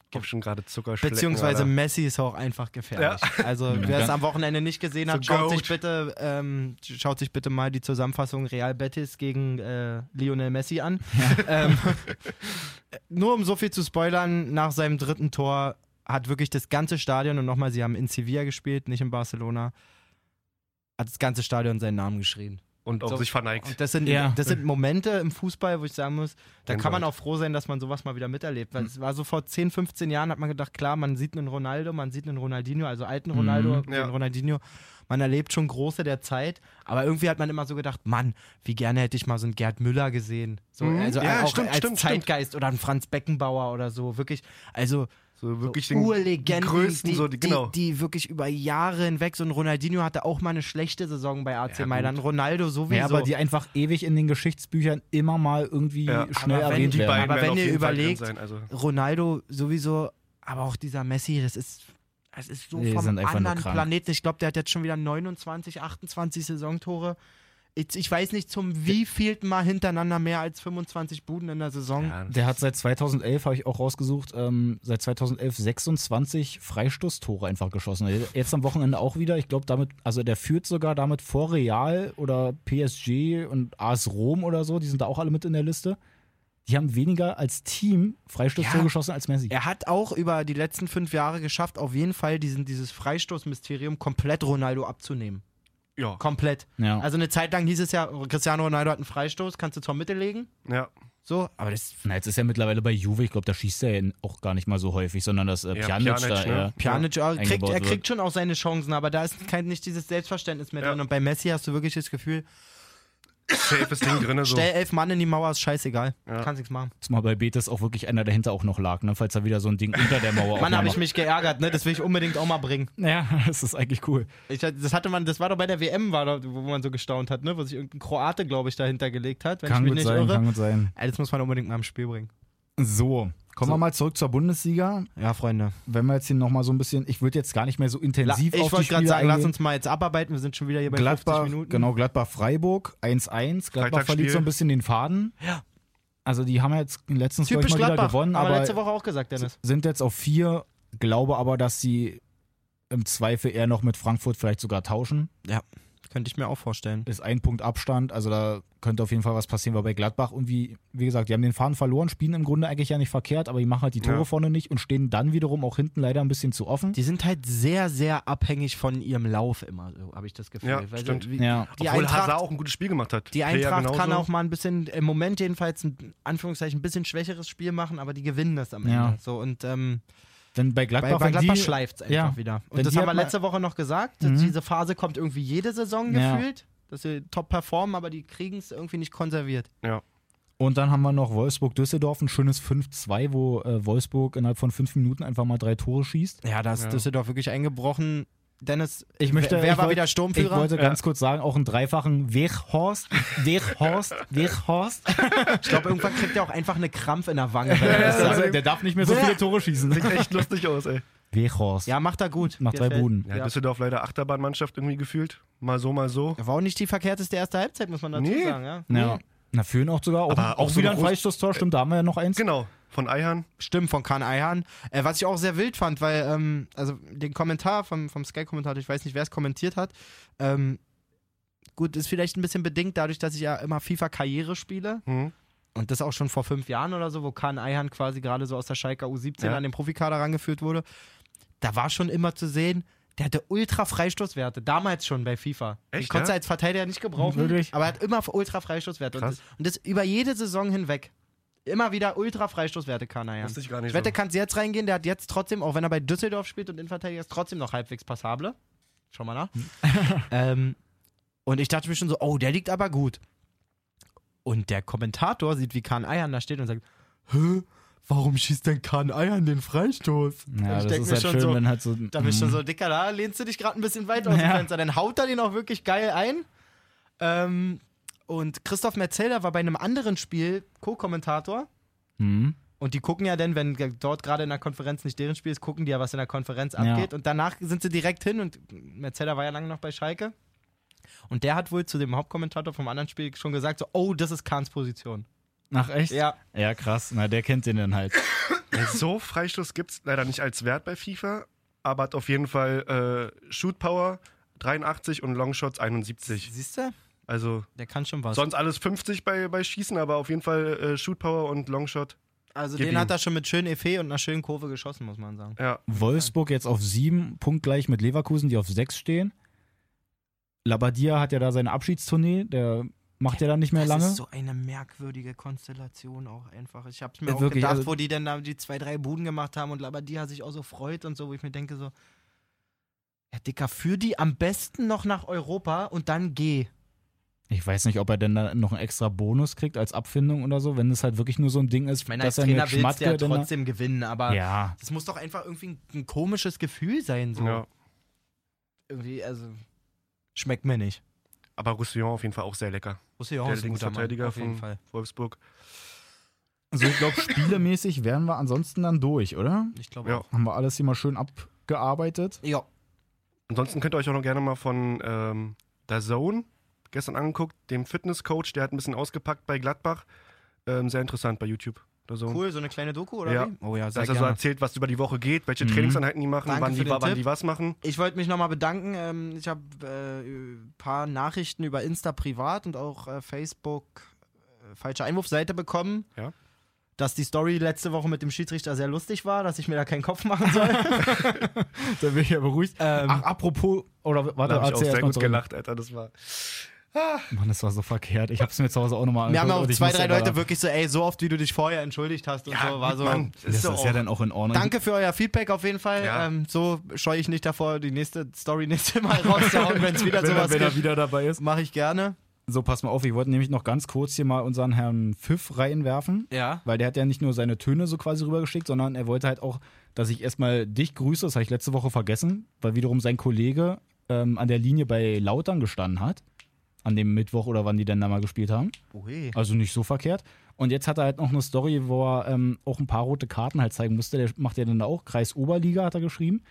S1: Ich hab schon gerade Zuckerschlecken.
S2: beziehungsweise
S1: Alter.
S2: Messi ist auch einfach gefährlich. Also wer es am Wochenende nicht gesehen hat,
S1: The
S2: schaut sich,
S1: Goat.
S2: bitte, ähm, schaut sich bitte mal die Zusammenfassung Real Betis gegen äh, Lionel Messi an. ähm, nur um so viel zu spoilern, nach seinem dritten Tor hat wirklich das ganze Stadion, und nochmal, sie haben in Sevilla gespielt, nicht in Barcelona, hat das ganze Stadion seinen Namen geschrien.
S1: Und auch
S2: So.
S1: sich verneigt.
S2: Und das sind,
S3: Ja.
S2: das sind Momente im Fußball, wo ich sagen muss, da kann man
S1: Gänsehaut.
S2: auch froh sein, dass man sowas mal wieder miterlebt.
S1: Hm.
S2: Weil es war so vor 10, 15 Jahren, hat man gedacht, klar, man sieht einen Ronaldo, man sieht einen Ronaldinho, also alten Ronaldo, den
S1: Hm. Ja.
S2: Ronaldinho. Man erlebt schon Große der Zeit, aber irgendwie hat man immer so gedacht, Mann, wie gerne hätte ich mal so einen Gerd Müller gesehen. So,
S1: Mhm.
S2: Also
S1: Ja,
S2: auch
S1: stimmt,
S2: als
S1: stimmt,
S2: Zeitgeist oder einen Franz Beckenbauer oder so. Wirklich, also
S1: So wirklich
S2: so
S1: den
S2: Urlegenden,
S1: die größten,
S2: die,
S1: so die, genau.
S2: die, die wirklich über Jahre hinweg, so ein Ronaldinho hatte auch mal eine schlechte Saison bei AC
S1: Ja, gut.
S2: Mailand, Ronaldo sowieso.
S3: Ja, aber die einfach ewig in den Geschichtsbüchern immer mal irgendwie
S1: Ja.
S3: schnell
S2: Aber wenn
S3: erwähnt
S2: die
S3: werden.
S2: beiden- aber
S1: werden
S2: wenn
S1: auf
S2: ihr
S1: jeden Fall
S2: überlegt-
S1: drin sein, also.
S2: Ronaldo sowieso, aber auch dieser Messi, das ist, das ist so
S3: Die
S2: vom
S3: sind einfach nur
S2: anderen
S3: krank.
S2: Planeten. Ich glaube, der hat jetzt schon wieder 29, 28 Saisontore. Jetzt, ich weiß nicht, zum wievielten Mal hintereinander mehr als 25 Buden in der Saison.
S1: Ja,
S3: Der hat seit 2011, habe ich auch rausgesucht, ähm, seit 2011 26 Freistoßtore einfach geschossen. Jetzt am Wochenende auch wieder. Ich glaube, damit, also der führt sogar damit vor Real oder PSG und AS Rom oder so. Die sind da auch alle mit in der Liste. Die haben weniger als Team Freistoßtore
S2: Ja.
S3: geschossen als Messi.
S2: Er hat auch über die letzten fünf Jahre geschafft, auf jeden Fall diesen, dieses Freistoßmysterium komplett Ronaldo abzunehmen.
S1: Ja,
S2: Komplett.
S3: Ja.
S2: Also eine Zeit lang hieß es ja, Cristiano Ronaldo hat einen Freistoß, kannst du zur Mitte legen.
S1: ja.
S2: So, aber das
S3: Na, jetzt ist ja mittlerweile bei Juve, ich glaube, da schießt er ja auch gar nicht mal so häufig, sondern das äh,
S1: Ja,
S3: Pjanic,
S1: Pjanic,
S3: da,
S1: ne?
S3: ja.
S2: Pjanic auch, kriegt,
S3: eingebaut
S2: er
S3: wird.
S2: kriegt schon auch seine Chancen, aber da ist kein, nicht dieses Selbstverständnis mehr
S1: Ja.
S2: drin. Und bei Messi hast du wirklich das Gefühl,
S1: Safe ist Ding drin. also. So.
S2: stell elf Mann in die Mauer, ist scheißegal.
S1: Ja.
S2: Kannst nichts machen.
S3: Zumal bei Betis auch wirklich einer dahinter auch noch lag, ne? falls da wieder so ein Ding unter der Mauer auch
S2: Mann,
S3: mal
S2: habe ich
S3: macht.
S2: mich geärgert, ne? Das will ich unbedingt auch mal bringen.
S3: Ja, das ist eigentlich cool.
S2: Ich, das hatte man, das war doch bei der WM, war doch, wo man so gestaunt hat, ne? Wo sich irgendein Kroate, glaube ich, dahinter gelegt hat, wenn ich
S3: Kann
S2: mich
S3: gut
S2: nicht
S3: sein,
S2: irre.
S3: kann gut sein.
S2: Ey, das muss man unbedingt mal im Spiel bringen.
S3: So, kommen wir mal zurück zur Bundesliga.
S2: Ja, Freunde.
S3: Wenn wir jetzt hier nochmal so ein bisschen, ich würde jetzt gar nicht mehr so
S2: La
S3: intensiv
S2: ich
S3: auf die
S2: wollte gerade
S3: Spiele
S2: sagen, lass
S3: eingehen.
S2: uns mal jetzt abarbeiten. Wir sind schon wieder hier bei
S3: Gladbach,
S2: 50 Minuten.
S3: genau, Gladbach-Freiburg 1-1. Gladbach verliert
S1: Freitagsspiel.
S3: so ein bisschen den Faden.
S2: Ja.
S3: Also die haben ja jetzt letztens glaub ich,
S2: Typisch
S3: mal wieder
S2: Gladbach.
S3: gewonnen,
S2: aber,
S3: aber,
S2: letzte Woche auch gesagt, Dennis.
S3: sind jetzt auf vier. Glaube aber, dass sie im Zweifel eher noch mit Frankfurt vielleicht sogar tauschen.
S2: Könnte ich mir auch vorstellen.
S3: Ist ein Punkt Abstand, also da könnte auf jeden Fall was passieren, weil bei Gladbach irgendwie, wie gesagt, die haben den Faden verloren, spielen im Grunde eigentlich ja nicht verkehrt, aber die machen halt die Tore
S1: Ja.
S3: vorne nicht und stehen dann wiederum auch hinten leider ein bisschen zu offen.
S2: Die sind halt sehr, sehr abhängig von ihrem Lauf immer, so habe ich das Gefühl.
S1: Ja,
S2: Weil so
S1: stimmt.
S2: wie-
S3: ja.
S2: Die
S1: Obwohl
S2: Eintracht-
S1: Hazard auch ein gutes Spiel gemacht hat.
S2: Die
S1: Player
S2: Eintracht kann
S1: genauso.
S2: auch mal ein bisschen, äh, im Moment jedenfalls, ein Anführungszeichen, ein bisschen schwächeres Spiel machen, aber die gewinnen das am Ende.
S3: Ja.
S2: So, und ähm,
S3: Denn bei
S2: bei,
S3: Gladbach,
S2: bei
S3: wenn
S2: Gladbach
S3: die,
S2: schleift es einfach
S3: ja.
S2: wieder.
S3: Wenn
S2: Und das
S3: die
S2: haben wir
S3: halt mal-
S2: letzte Woche noch gesagt.
S3: Mhm.
S2: Diese Phase kommt irgendwie jede Saison
S3: Ja.
S2: gefühlt, dass sie top performen, aber die kriegen es irgendwie nicht konserviert.
S3: Und dann haben wir noch Wolfsburg-Düsseldorf, ein schönes 5-2, wo äh, Wolfsburg innerhalb von fünf Minuten einfach mal drei Tore schießt.
S2: Ja, da ist
S1: Ja.
S2: Düsseldorf wirklich eingebrochen. Dennis,
S3: Ich möchte-
S2: wer, wer
S3: ich
S2: war
S3: wollt-
S2: wieder
S3: Ich
S2: Sturmführer?
S3: wollte ganz kurz sagen, auch einen dreifachen Weghorst, Weghorst, Weghorst.
S2: Ich glaube, irgendwann kriegt er auch einfach eine Krampf in der Wange. wenn er das sagt.
S3: Also, der darf nicht mehr so viele Tore schießen.
S1: Sieht echt lustig aus, ey.
S3: Weghorst.
S2: ja, macht er gut.
S3: Macht drei
S2: Gefällt.
S3: Buden.
S1: Ja,
S2: Ja.
S1: Düsseldorf leider Achterbahnmannschaft irgendwie gefühlt. Mal so, mal so.
S2: War auch nicht die verkehrteste erste Halbzeit, muss man dazu
S1: Nee.
S2: sagen. Ja.
S3: Ja. Na, führen auch sogar. Auch,
S1: Aber auch
S3: auch
S1: so
S3: wieder
S1: eine
S3: ein
S1: groß-
S3: Freistoßtor, stimmt, da haben wir ja noch eins.
S1: Genau, von Eihahn.
S2: Stimmt, von Kan Eihan. Äh, was ich auch sehr wild fand, weil, ähm, also den Kommentar vom, vom Sky-Kommentator, ich weiß nicht, wer es kommentiert hat, ähm, gut, ist vielleicht ein bisschen bedingt dadurch, dass ich ja immer FIFA-Karriere spiele.
S1: Hm.
S2: Und das auch schon vor fünf Jahren oder so, wo Kan Eihan quasi gerade so aus der Schalke U17
S1: Ja.
S2: an den Profikader rangeführt wurde. Da war schon immer zu sehen, der hatte Ultra-Freistoßwerte, damals schon bei FIFA. Ich
S1: Echt,
S2: konnte
S1: ja? Mhm,
S2: als Verteidiger nicht gebrauchen,
S3: Wirklich?
S2: aber er hat immer Ultra-Freistoßwerte. Und,
S1: Krass.
S2: und das über jede Saison hinweg. Immer wieder Ultra-Freistoßwerte kann er ja.
S1: Wusste ich gar nicht
S2: Ich wette,
S1: so.
S2: kann es jetzt reingehen, der hat jetzt trotzdem, auch wenn er bei Düsseldorf spielt und Innenverteidiger ist, trotzdem noch halbwegs passable. Schau mal nach. ähm, und ich dachte mir schon so, oh, der liegt aber gut. Und der Kommentator sieht, wie Kahn Eiern da steht und sagt, hä, warum schießt denn Kahn Eiern den Freistoß?
S3: Ja,
S2: und
S3: das ist halt schön,
S2: so,
S3: wenn halt so.
S2: da bin ich schon so, Dicker, da lehnst du dich gerade ein bisschen weit aus dem
S3: Ja.
S2: Fenster. Dann haut er den auch wirklich geil ein. Ähm, und Christoph Metzelder war bei einem anderen Spiel Co-Kommentator.
S3: Mhm.
S2: Und die gucken ja dann, wenn ge- dort gerade in der Konferenz nicht deren Spiel ist, gucken die ja, was in der Konferenz abgeht. Und danach sind sie direkt hin und Mercedes war ja lange noch bei Schalke. Und der hat wohl zu dem Hauptkommentator vom anderen Spiel schon gesagt, so, oh, das ist Kahns Position.
S3: Ach, echt?
S2: Ja.
S3: Ja, krass. Na, der kennt den dann halt.
S1: Ja, So Freistoß gibt es leider nicht als Wert bei FIFA, aber hat auf jeden Fall äh, Shoot Power 83 und Longshots 71.
S2: Siehst du?
S1: Also
S2: Der kann schon was.
S1: sonst alles 50 bei, bei Schießen, aber auf jeden Fall äh, Shoot Power und Longshot.
S2: also
S1: gib
S2: den
S1: ihm.
S2: hat er schon mit schönen Effet und einer schönen Kurve geschossen, muss man sagen.
S1: Ja.
S3: Wolfsburg jetzt auf sieben, punktgleich mit Leverkusen, die auf sechs stehen. Labadia hat ja da sein Abschiedstournee, der macht ja dann nicht mehr lange.
S2: Das ist so eine merkwürdige Konstellation auch einfach. Ich hab's mir
S3: Ja,
S2: auch
S3: wirklich,
S2: gedacht,
S3: also-
S2: wo die dann da die zwei, drei Buden gemacht haben und Labadia sich auch so freut und so, wo ich mir denke so, ja Dicker, führ die am besten noch nach Europa und dann geh.
S3: Ich weiß nicht, ob er denn da noch einen extra Bonus kriegt als Abfindung oder so, wenn es halt wirklich nur so ein Ding ist,
S2: Ich meine, als
S3: dass er
S2: Trainer
S3: eine
S2: willst du ja
S3: Schmatke dann-
S2: trotzdem gewinnen, aber
S3: Ja,
S2: das muss doch einfach irgendwie ein, ein komisches Gefühl sein. So.
S1: ja.
S2: Irgendwie, also, schmeckt mir nicht.
S1: Aber Roussillon auf jeden Fall auch sehr lecker.
S2: Muss ja auch
S1: Der
S2: ein guter Mann,
S1: Linksverteidiger
S2: auf jeden
S1: von
S2: Fall.
S1: Wolfsburg.
S3: also ich glaube, spielemäßig wären wir ansonsten dann durch, oder?
S2: Ich glaube
S1: Ja.
S2: auch.
S3: Haben wir alles hier mal schön abgearbeitet.
S2: Ja,
S1: Ansonsten könnt ihr euch auch noch gerne mal von ähm, der Zone gestern angeguckt, dem Fitnesscoach, der hat ein bisschen ausgepackt bei Gladbach. Ähm, sehr interessant bei YouTube. Der Zone.
S2: cool, so eine kleine Doku, oder
S1: Ja.
S2: wie? Oh ja, sehr
S1: Dass er
S2: gerne.
S1: so erzählt, was über die Woche geht, welche
S3: Mhm.
S1: Trainingseinheiten die machen,
S2: Danke
S1: wann,
S2: für
S1: die,
S2: den
S1: wann
S2: Tipp.
S1: die was machen.
S2: Ich wollte mich nochmal bedanken. Ähm, ich habe äh, ein paar Nachrichten über Insta privat und auch äh, Facebook äh, falsche Einwurfseite bekommen.
S1: Ja.
S2: dass die Story letzte Woche mit dem Schiedsrichter sehr lustig war, dass ich mir da keinen Kopf machen soll.
S3: Da bin ich ja beruhigt.
S2: Ähm,
S3: Ach, apropos, oder
S1: Da
S3: warte,
S1: habe ich auch
S3: erzähl
S1: sehr
S3: erstmal
S1: gut
S3: zurück.
S1: gelacht, Alter. Das war.
S3: Mann, das war so verkehrt. Ich hab's mir zu Hause auch nochmal
S2: Mir haben
S3: angeguckt
S2: auch
S3: also, und ich
S2: zwei,
S3: musste
S2: drei
S3: immer
S2: Leute
S3: lachen.
S2: wirklich so, ey, so oft, wie du dich vorher entschuldigt hast und so, war so.
S1: Mann,
S3: Das ist,
S1: doch
S3: ja
S1: auch-
S3: dann auch in Ordnung.
S2: Danke für euer Feedback auf jeden Fall.
S1: Ja.
S2: Ähm, so scheue ich nicht davor, die nächste Story nächste Mal rauszuhauen, wenn es wieder
S3: wenn, er,
S2: sowas
S3: wenn er
S2: gibt.
S3: wieder dabei ist.
S2: Mache ich gerne.
S3: So, pass mal auf, ich wollte nämlich noch ganz kurz hier mal unseren Herrn Pfiff reinwerfen.
S2: Ja.
S3: Weil der hat ja nicht nur seine Töne so quasi rübergeschickt, sondern er wollte halt auch, dass ich erstmal dich grüße. Das habe ich letzte Woche vergessen, weil wiederum sein Kollege ähm, an der Linie bei Lautern gestanden hat. An dem Mittwoch oder wann die denn da mal gespielt haben.
S2: Ui.
S3: Also nicht so verkehrt. Und jetzt hat er halt noch eine Story, wo er ähm, auch ein paar rote Karten halt zeigen musste. Der macht ja dann da auch Kreis Oberliga, hat er geschrieben.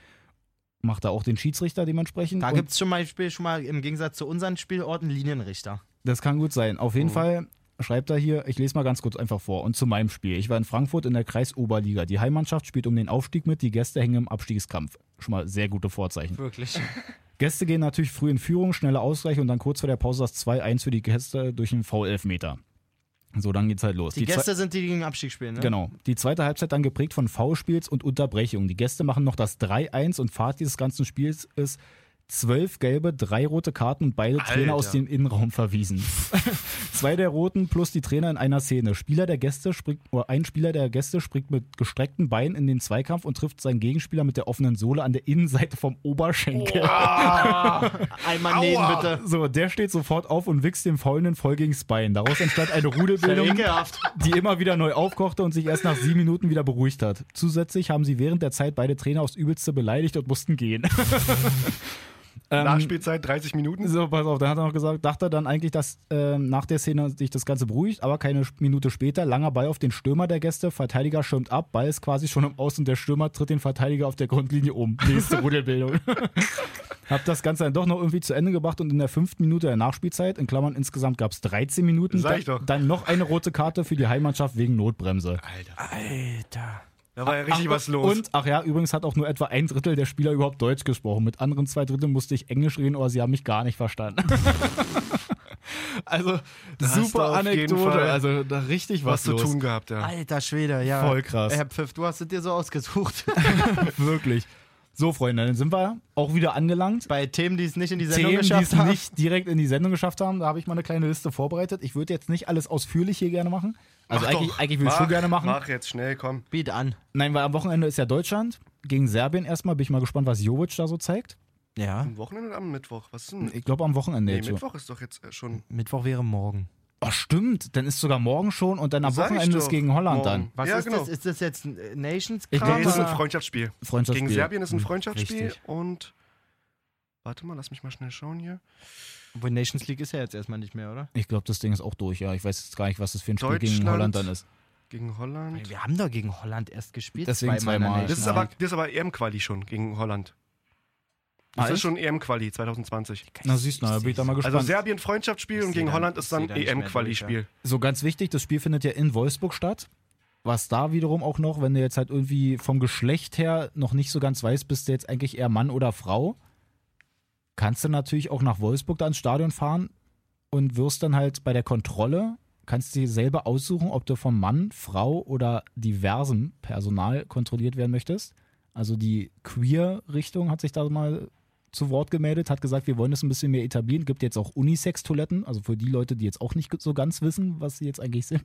S3: Macht da auch den Schiedsrichter dementsprechend.
S2: Da
S3: Und-
S2: gibt es schon mal, Spiel- schon mal im Gegensatz zu unseren Spielorten Linienrichter.
S3: Das kann gut sein. Auf
S2: Mhm.
S3: jeden Fall schreibt er hier, ich lese mal ganz kurz einfach vor. Und zu meinem Spiel. Ich war in Frankfurt in der Kreisoberliga. Die Heimmannschaft spielt um den Aufstieg mit, die Gäste hängen im Abstiegskampf. Schon mal sehr gute Vorzeichen.
S2: Wirklich.
S3: Gäste gehen natürlich früh in Führung, schnelle Ausgleiche und dann kurz vor der Pause das 2-1 für die Gäste durch einen V-Elfmeter. So, dann geht's halt los.
S2: Die,
S3: zwei-
S2: Gäste sind die, die gegen Abstieg spielen, ne?
S3: Genau. Die zweite Halbzeit dann geprägt von Foulspiels und Unterbrechungen. Die Gäste machen noch das 3-1 und Fahrt dieses ganzen Spiels ist zwölf gelbe, drei rote Karten und beide Trainer aus dem Innenraum verwiesen. Zwei der roten plus die Trainer in einer Szene. Spieler der Gäste springt, oder ein Spieler der Gäste springt mit gestreckten Beinen in den Zweikampf und trifft seinen Gegenspieler mit der offenen Sohle an der Innenseite vom Oberschenkel.
S2: Einmal nähen, bitte.
S3: So, der steht sofort auf und wichst dem faulenden voll gegens Bein. Daraus entstand eine Rudelbildung,
S2: Ekelhaft.
S3: die immer wieder neu aufkochte und sich erst nach sieben Minuten wieder beruhigt hat. Zusätzlich haben sie während der Zeit beide Trainer aufs Übelste beleidigt und mussten gehen. Ähm,
S1: Nachspielzeit 30 Minuten.
S3: So, pass auf, dann hat er noch gesagt, dachte er dann eigentlich, dass ähm, nach der Szene sich das Ganze beruhigt, aber keine Minute später, langer Ball auf den Stürmer der Gäste, Verteidiger schirmt ab, Ball ist quasi schon im Aus und der Stürmer tritt den Verteidiger auf der Grundlinie um. Nächste Rudelbildung. Hab das Ganze dann doch noch irgendwie zu Ende gebracht und in der fünften Minute der Nachspielzeit, in Klammern insgesamt gab es 13 Minuten,
S1: Sag ich
S3: dann-
S1: doch.
S3: dann noch eine rote Karte für die Heimmannschaft wegen Notbremse.
S2: Alter.
S1: Da war ja richtig
S3: Ach,
S1: was los.
S3: Und, ach ja, übrigens hat auch nur etwa ein Drittel der Spieler überhaupt Deutsch gesprochen. Mit anderen zwei Dritteln musste ich Englisch reden, oder sie haben mich gar nicht verstanden. also,
S1: hast du
S3: super
S1: auf jeden
S3: Anekdote.
S1: Fall
S3: Also, da richtig
S1: was
S3: was,
S1: zu
S3: los.
S1: tun gehabt, ja.
S2: Alter Schwede, ja.
S3: Voll krass.
S2: Herr Pfiff, du hast es dir so ausgesucht.
S3: Wirklich. So, Freunde, dann sind wir auch wieder angelangt.
S2: Bei Themen, die es nicht in die Sendung
S3: Themen, die
S2: geschafft
S3: es
S2: haben.
S3: nicht direkt in die Sendung geschafft haben, da habe ich mal eine kleine Liste vorbereitet. Ich würde jetzt nicht alles ausführlich hier gerne machen. Also,
S1: Mach
S3: eigentlich,
S1: doch.
S3: eigentlich würde ich schon
S1: Mach,
S3: gerne machen.
S1: Mach jetzt schnell, komm.
S2: Biet an.
S3: Nein, weil am Wochenende ist ja Deutschland gegen Serbien erstmal. Bin ich mal gespannt, was Jovic da so zeigt.
S2: Ja.
S1: Am Wochenende oder am Mittwoch? Was ist denn?
S3: Ich glaube, am Wochenende.
S1: Hm. nee,
S3: jetzt so.
S1: Mittwoch ist doch jetzt äh, schon.
S2: Mittwoch wäre morgen.
S3: Oh, stimmt. Dann ist sogar morgen schon und dann am
S1: Sag ich
S3: Wochenende ist
S1: doch.
S3: gegen Holland
S1: Morgen.
S3: dann.
S2: Was
S1: ja,
S2: ist
S1: genau.
S2: das? Ist das jetzt ein nations
S3: Ich
S1: Nee,
S3: glaub,
S1: ist
S3: Aber-
S1: ein Freundschaftsspiel.
S3: Freundschaftsspiel. Hm.
S1: Gegen Serbien ist ein Freundschaftsspiel
S3: Richtig.
S1: und. Warte mal, lass mich mal schnell schauen hier.
S2: Obwohl Nations League ist ja jetzt erstmal nicht mehr, oder?
S3: Ich glaube, das Ding ist auch durch, ja. Ich weiß jetzt gar nicht, was das für ein Spiel gegen
S1: Deutschland.
S3: Holland dann ist.
S1: Gegen Holland.
S2: Wir haben doch gegen Holland erst gespielt.
S3: Deswegen zweimal.
S1: Das ist
S3: Nein.
S1: aber, das ist aber EM-Quali schon gegen Holland. Das
S3: Ah,
S1: ist schon EM-Quali 2020.
S3: Na siehst du, na, bin ich da mal gespannt.
S1: Also Serbien Freundschaftsspiel
S2: Ich
S1: und
S2: seh
S1: gegen
S2: da-
S1: Holland
S2: ich
S1: ist dann
S2: seh da nicht mehr
S1: EM-Quali-Spiel.
S3: so ganz wichtig, das Spiel findet ja in Wolfsburg statt. Was da wiederum auch noch, wenn du jetzt halt irgendwie vom Geschlecht her noch nicht so ganz weißt, bist du jetzt eigentlich eher Mann oder Frau, kannst du natürlich auch nach Wolfsburg da ins Stadion fahren und wirst dann halt bei der Kontrolle, kannst dir selber aussuchen, ob du vom Mann, Frau oder diversem Personal kontrolliert werden möchtest. Also die Queer-Richtung hat sich da mal zu Wort gemeldet, hat gesagt, wir wollen das ein bisschen mehr etablieren. Gibt jetzt auch Unisex-Toiletten, also für die Leute, die jetzt auch nicht so ganz wissen, was sie jetzt eigentlich sind.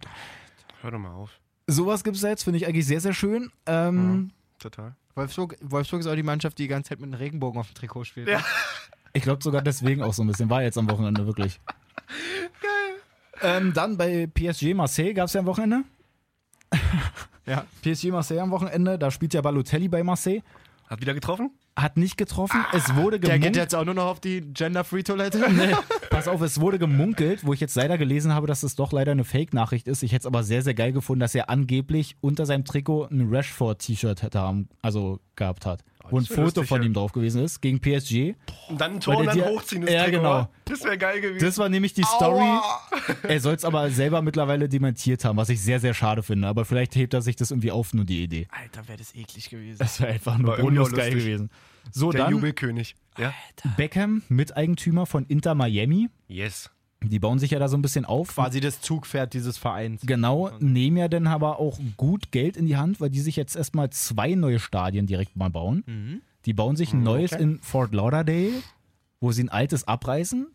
S1: Hör doch mal auf.
S3: Sowas gibt es jetzt, finde ich eigentlich sehr, sehr schön. Ähm,
S1: Total.
S2: Wolfsburg, Wolfsburg ist auch die Mannschaft, die die ganze Zeit mit einem Regenbogen auf dem Trikot spielt. ne?
S1: Ja.
S3: Ich glaube sogar deswegen auch so ein bisschen. War jetzt am Wochenende wirklich. Geil. Ähm, dann bei PSG Marseille gab es ja am Wochenende.
S2: Ja.
S3: PSG Marseille am Wochenende, da spielt ja Balotelli bei Marseille.
S1: Hat wieder getroffen?
S3: Hat nicht getroffen, es wurde
S2: Der geht
S3: gemunkelt.
S2: jetzt auch nur noch auf die Gender-Free-Toilette.
S3: Pass auf, es wurde gemunkelt, wo ich jetzt leider gelesen habe, dass es doch leider eine Fake-Nachricht ist. Ich hätte es aber sehr, sehr geil gefunden, dass er angeblich unter seinem Trikot ein Rashford-T-Shirt hätte haben, also gehabt hat. Wo ein
S1: wär
S3: Foto
S1: Oh, lustig,
S3: von
S1: ja.
S3: ihm drauf gewesen ist, gegen PSG.
S1: Und dann ein Tor
S3: Weil
S1: und dann
S3: der dir-
S1: hochziehen. Das
S3: Ja,
S1: Trikot,
S3: genau.
S1: wa? Das wäre geil gewesen.
S3: Das war nämlich die Story. Er soll es aber selber mittlerweile dementiert haben, was ich sehr, sehr schade finde. Aber vielleicht hebt er sich das irgendwie auf, nur die Idee.
S2: Alter, wäre das eklig gewesen.
S3: Das wäre einfach nur
S1: War irgendwie auch
S3: bonus geil
S1: lustig.
S3: gewesen. So,
S1: der
S3: dann
S1: Jubelkönig. Ja.
S3: Beckham, Miteigentümer von Inter Miami.
S1: Yes.
S3: Die bauen sich ja da so ein bisschen auf.
S2: Quasi das Zugpferd dieses Vereins.
S3: Genau, nehmen ja dann aber auch gut Geld in die Hand, weil die sich jetzt erstmal zwei neue Stadien direkt mal bauen. Die bauen sich ein neues
S1: okay.
S3: in Fort Lauderdale, wo sie ein altes abreißen.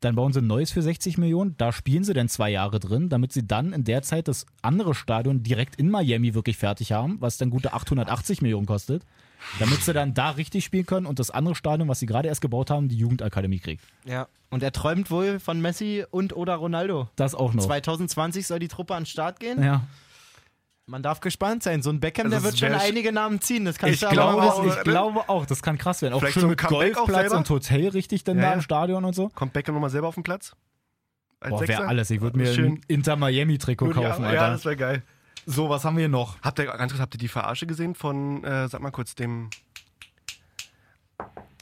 S3: Dann bauen sie ein neues für 60 Millionen. Da spielen sie dann zwei Jahre drin, damit sie dann in der Zeit das andere Stadion direkt in Miami wirklich fertig haben, was dann gute 880 Millionen kostet. Damit sie dann da richtig spielen können und das andere Stadion, was sie gerade erst gebaut haben, die Jugendakademie kriegt.
S2: Ja. Und er träumt wohl von Messi und oder Ronaldo.
S3: Das auch noch.
S2: 2020 soll die Truppe an den Start gehen.
S3: Oh. Ja.
S2: Man darf gespannt sein. So ein Beckham,
S1: Also
S2: der wird
S1: es
S2: schon
S1: wär-
S2: einige Namen ziehen. Das kannst
S1: Ich
S2: du
S1: glaube,
S2: aber
S1: es-
S2: auch
S1: ich
S2: nicht.
S3: Ich glaube auch, das kann krass werden. Auch
S1: Vielleicht
S3: schön
S1: so
S3: mit
S1: ein Comeback auch
S3: Golfplatz
S1: selber?
S3: und Hotel richtig denn
S1: Ja,
S3: da
S1: ja.
S3: im Stadion und so.
S1: Kommt Beckham nochmal selber auf den Platz? Als
S3: Boah,
S1: Sechser?
S3: wäre alles. Ich würde mir
S1: Schön.
S3: ein Inter Miami Trikot
S1: Gut,
S3: kaufen,
S1: ja,
S3: Alter.
S1: ja, das wäre geil.
S3: so, was haben wir noch?
S1: Habt ihr, ganz kurz, habt ihr die Verarsche gesehen von, äh, sag mal kurz, dem,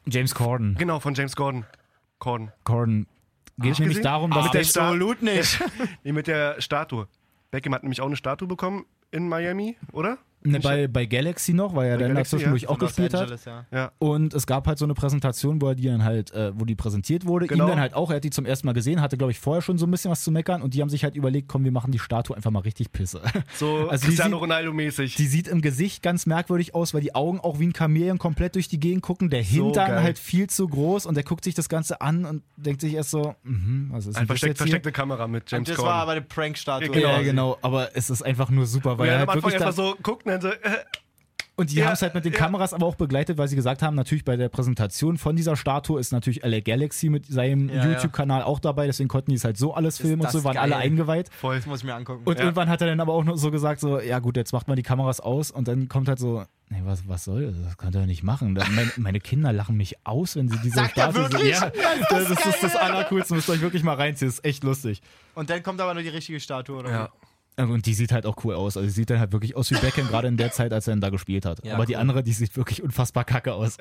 S3: James Corden.
S1: genau, von James Gordon. Corden.
S3: Corden.
S1: Hab
S3: Geht
S1: ich
S3: nämlich
S1: gesehen?
S3: darum,
S1: Ah,
S3: dass
S1: mit der
S3: James-
S1: Sta-
S2: Absolut nicht.
S1: Nee, mit der Statue. Beckham hat nämlich auch eine Statue bekommen in Miami, oder?
S3: ne, bei, bei Galaxy noch, weil er
S1: Bei
S3: dann da
S1: Galaxy,
S3: zwischendurch
S1: ja.
S3: auch
S2: Los
S3: gespielt hat.
S2: Angeles, ja.
S3: Und es gab halt so eine Präsentation, wo er die dann halt, äh, wo die präsentiert wurde.
S1: Genau.
S3: Ihm dann halt auch, er hat die zum ersten Mal gesehen, hatte, glaube ich, vorher schon so ein bisschen was zu meckern und die haben sich halt überlegt, komm, wir machen die Statue einfach mal richtig pisse.
S1: So
S3: Also die
S1: Cristiano
S3: sieht-
S1: Ronaldo-mäßig.
S3: Die sieht im Gesicht ganz merkwürdig aus, weil die Augen auch wie ein Chamäleon komplett durch die Gegend gucken. Der
S1: So
S3: Hintern
S1: geil.
S3: halt viel zu groß und der guckt sich das Ganze an und denkt sich erst so, mhm, was ist
S1: Ein
S3: denn das
S1: versteckt,
S3: jetzt hier?
S1: versteckte Kamera mit
S2: Und
S1: James
S2: das
S1: Corden.
S2: war aber eine Prank-Statue.
S1: Ja, genau.
S3: Ja, genau, aber es ist einfach nur super,
S1: und
S3: weil
S1: er
S3: er
S1: hat am
S3: halt
S1: Anfang
S3: wirklich da,
S1: erstmal so guckt und dann so, äh,
S3: und die
S1: ja,
S3: haben es halt mit den
S1: ja.
S3: Kameras aber auch begleitet, weil sie gesagt haben, natürlich bei der Präsentation von dieser Statue ist natürlich LA Galaxy mit seinem
S2: Ja, ja.
S3: YouTube-Kanal auch dabei, deswegen konnten die es halt so alles filmen und
S2: das
S3: so, waren alle
S2: geil.
S3: eingeweiht.
S1: voll.
S2: Das muss ich mir angucken.
S3: Und irgendwann hat er dann aber auch nur so gesagt, so, ja gut, jetzt macht man die Kameras aus und dann kommt halt so, nee, was, was soll das? Das könnt ihr doch nicht machen. Das, meine, meine Kinder lachen mich aus, wenn sie diese
S2: Sagt er
S3: Statue sehen.
S2: wirklich?
S3: Ja, das, ist das, das Allercoolste, müsst ihr euch wirklich mal reinziehen, das ist echt lustig.
S2: Und dann kommt aber nur die richtige Statue, oder?
S1: Ja.
S3: Und die sieht halt auch cool aus. Also die sieht dann halt wirklich aus wie Beckham, gerade in der Zeit, als er dann da gespielt hat.
S2: Ja,
S3: aber die
S2: cool.
S3: andere, die sieht wirklich unfassbar kacke aus.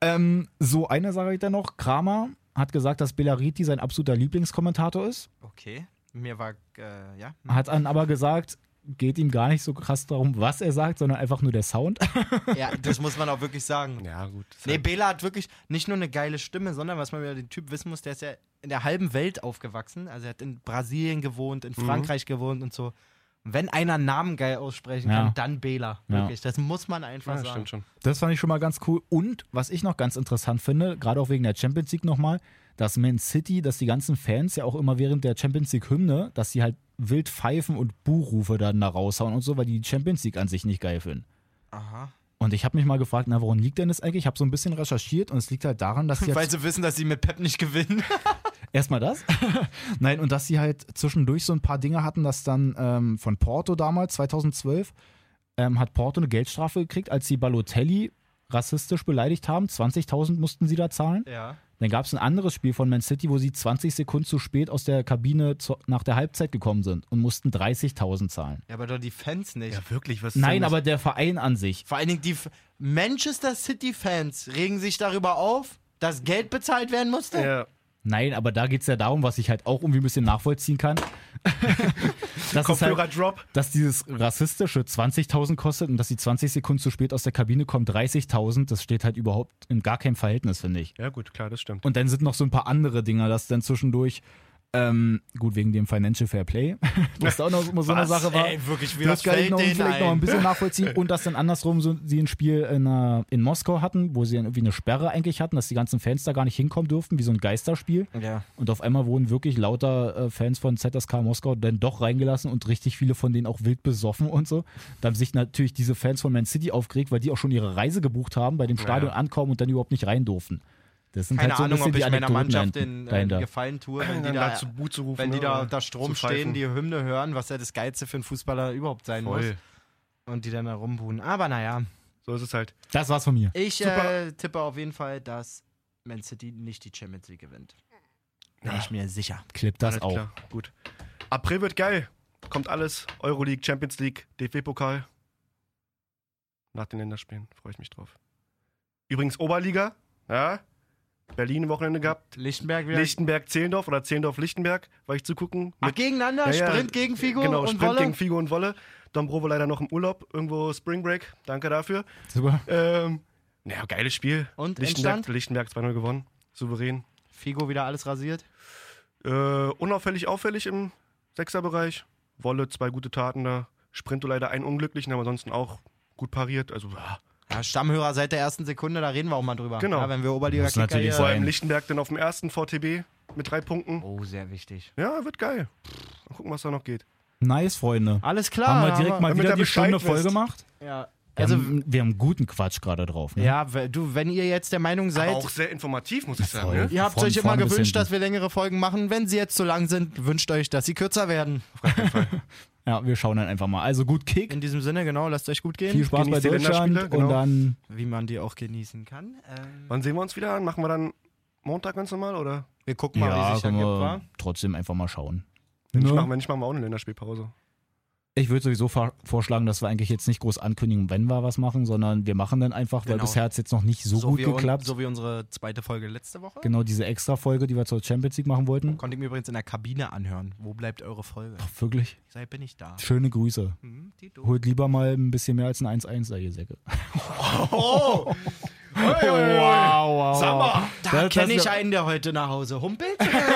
S3: ähm, so, eine Sache ich dann noch. Kramer hat gesagt, dass Bellariti sein absoluter Lieblingskommentator ist.
S2: Okay. Mir war, äh, ja.
S3: Hat dann aber gesagt, geht ihm gar nicht so krass darum, was er sagt, sondern einfach nur der Sound.
S2: Ja, das muss man auch wirklich sagen.
S1: Ja, gut.
S2: Nee, Bela hat wirklich nicht nur eine geile Stimme, sondern was man über den Typ wissen muss, der ist ja in der halben Welt aufgewachsen. Also er hat in Brasilien gewohnt, in Frankreich gewohnt und so. Und wenn einer einen Namen geil aussprechen
S3: Ja.
S2: kann, dann Bela.
S3: Ja.
S2: Wirklich, das muss man einfach
S1: ja,
S2: sagen.
S1: stimmt schon.
S3: Das fand ich schon mal ganz cool. Und was ich noch ganz interessant finde, gerade auch wegen der Champions League nochmal, dass Man City, dass die ganzen Fans ja auch immer während der Champions League-Hymne, dass sie halt wild pfeifen und Buhrufe dann da raushauen und so, weil die die Champions League an sich nicht geil finden.
S2: Aha.
S3: Und ich habe mich mal gefragt, na, woran liegt denn das eigentlich? Ich habe so ein bisschen recherchiert und es liegt halt daran, dass die
S2: Weil
S3: halt
S2: sie wissen, dass sie mit Pep nicht gewinnen.
S3: Erstmal das. Nein, und dass sie halt zwischendurch so ein paar Dinge hatten, dass dann ähm, von Porto damals, 2012, ähm, hat Porto eine Geldstrafe gekriegt, als sie Balotelli rassistisch beleidigt haben. 20.000 mussten sie da zahlen.
S2: Ja.
S3: Dann gab es ein anderes Spiel von Man City, wo sie 20 Sekunden zu spät aus der Kabine zu, nach der Halbzeit gekommen sind und mussten 30.000 zahlen.
S2: Ja, aber doch die Fans nicht.
S1: Ja, wirklich, was ist denn
S3: Nein,
S1: das?
S3: aber der Verein an sich.
S2: Vor allen Dingen die F Manchester City-Fans regen sich darüber auf, dass Geld bezahlt werden musste.
S1: Ja,
S3: Nein, aber da geht es ja darum, was ich halt auch irgendwie ein bisschen nachvollziehen kann. das ist halt,
S1: Kopfhörer-Drop.
S3: dass dieses rassistische 20.000 kostet und dass die 20 Sekunden zu spät aus der Kabine kommt, 30.000, das steht halt überhaupt in gar keinem Verhältnis, finde ich.
S1: Ja, gut, klar, das stimmt.
S3: Und dann sind noch so ein paar andere Dinger, dass dann zwischendurch, ähm, gut, wegen dem Financial Fair Play, was da auch noch immer so eine
S2: Was?
S3: Sache war.
S2: Ey, wirklich, wie
S3: das
S2: was
S3: kann ich
S2: fällt
S3: noch,
S2: denen
S3: vielleicht noch
S2: ein?
S3: ein bisschen nachvollziehen. Und dass dann andersrum so, sie ein Spiel in, äh, in Moskau hatten, wo sie dann irgendwie eine Sperre eigentlich hatten, dass die ganzen Fans da gar nicht hinkommen durften, wie so ein Geisterspiel.
S2: Ja.
S3: Und auf einmal wurden wirklich lauter äh, Fans von ZSK Moskau dann doch reingelassen und richtig viele von denen auch wild besoffen und so. Da haben sich natürlich diese Fans von Man City aufgeregt, weil die auch schon ihre Reise gebucht haben, bei dem Stadion ankommen und dann überhaupt nicht rein durften. Das sind halt
S2: Keine
S3: so ein
S2: Ahnung,
S3: bisschen
S2: ob ich
S3: die
S2: meiner
S3: Anekdoten
S2: Mannschaft
S3: dahin-
S2: den äh,
S3: dahinter.
S2: Gefallen tue, wenn die
S1: Dann
S2: da,
S1: da zu Boot zu rufen,
S2: wenn die
S1: ne,
S2: da
S1: oder
S2: unter
S1: zu
S2: Strom
S1: pfeifen.
S2: stehen, die Hymne hören, was ja das Geilste für einen Fußballer überhaupt sein muss.
S1: Voll.
S2: Und die dann da rumbuhen. Aber naja,
S1: So ist es halt.
S3: Das war's von mir.
S2: ich
S1: Super.
S2: äh, tippe auf jeden Fall, dass Man City nicht die Champions League gewinnt. Bin ich mir sicher.
S3: Clip das
S1: Alles
S3: auch.
S1: klar, gut. April wird geil. Kommt alles. Euroleague, Champions League, DFB-Pokal. Nach den Länderspielen freue ich mich drauf. Übrigens Oberliga. Ja. Berlin Wochenende gehabt.
S2: Lichtenberg wieder.
S1: Lichtenberg-Zehlendorf oder Zehlendorf-Lichtenberg war ich zugucken.
S2: Ach, gegeneinander?
S1: Ja, ja.
S2: Sprint gegen Figo
S1: genau,
S2: und
S1: Sprint
S2: Wolle?
S1: gegen Figo und Wolle. Dombrovo leider noch im Urlaub, irgendwo Spring Break. Danke dafür.
S3: Super.
S1: Ähm, naja, geiles Spiel.
S2: Und
S1: Lichtenberg,
S2: Endstand?
S1: Lichtenberg 2-0 gewonnen. Souverän.
S2: Figo wieder alles rasiert.
S1: Äh, unauffällig, auffällig im Sechserbereich. Wolle, zwei gute Taten da. Sprinto leider einen unglücklichen, aber ansonsten auch gut pariert. Also ja.
S2: Ja, Stammhörer seit der ersten Sekunde, da reden wir auch mal drüber.
S1: Genau.
S2: Ja, wenn wir Oberliga
S3: Muss natürlich
S1: vor
S2: hier,
S1: allem
S3: Nein.
S1: Lichtenberg dann auf dem ersten VTB mit drei Punkten.
S2: Oh, sehr wichtig.
S1: Ja, wird geil. Mal gucken, was da noch geht.
S3: Nice, Freunde.
S2: Alles klar.
S3: haben wir direkt mal
S1: damit
S3: wieder
S1: ihr
S3: die
S1: Bescheid
S3: Stunde voll
S1: wisst.
S3: gemacht?
S2: Ja.
S3: Wir
S2: Also,
S3: haben, wir haben guten Quatsch gerade drauf. Ne?
S2: ja, w- du, wenn ihr jetzt der Meinung
S1: Aber
S2: seid,
S1: auch sehr informativ, muss ich sagen.
S3: Voll.
S1: Ne?
S2: ihr habt
S3: Von
S2: euch immer
S3: vorn bis
S2: gewünscht,
S3: hinten.
S2: dass wir längere Folgen machen. Wenn sie jetzt zu lang sind, wünscht euch, dass sie kürzer werden.
S3: ja, wir schauen dann einfach mal. Also gut Kick,
S2: In diesem Sinne, genau, lasst euch gut
S3: viel
S2: gehen,
S3: Spaß bei
S1: genießt die
S3: Deutschland
S2: genau.
S1: Länderspiele,
S3: und dann
S2: wie man die auch genießen kann. Ähm,
S1: Wann sehen wir uns wieder an? Machen wir dann Montag ganz normal? Oder
S2: wir gucken mal, wie
S3: ja,
S2: sich
S3: können
S2: ergibt,
S3: wir
S2: wa?
S3: trotzdem einfach mal schauen.
S1: wenn ich
S3: Ne?
S1: mache, wenn ich mache, wir auch eine Länderspielpause.
S3: Ich würde sowieso vor- vorschlagen, dass wir eigentlich jetzt nicht groß ankündigen, wenn wir was machen, sondern wir machen dann einfach, weil
S2: Genau.
S3: bisher hat es jetzt noch nicht so, gut
S2: wie
S3: geklappt.
S2: Un, so wie unsere zweite Folge letzte Woche.
S3: genau diese Extra-Folge, die wir zur Champions League machen wollten.
S2: Konnte ich mir übrigens in der Kabine anhören. Wo bleibt eure Folge?
S3: Ach, wirklich,
S2: Ich sag, bin ich da.
S3: schöne Grüße.
S2: Hm, Tito.
S3: Holt lieber mal ein bisschen mehr als ein 1-1, da, ihr Säcke.
S1: Oh!
S3: wow,
S1: Samba!
S2: Da
S3: Das-
S2: kenne
S3: das-
S2: ich einen, der heute nach Hause humpelt.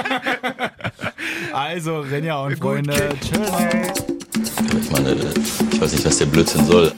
S3: Also, Renja und
S1: Gut
S3: Freunde,
S1: Kick.
S3: tschüss.
S8: Ich meine, ich weiß nicht, was der Blödsinn soll.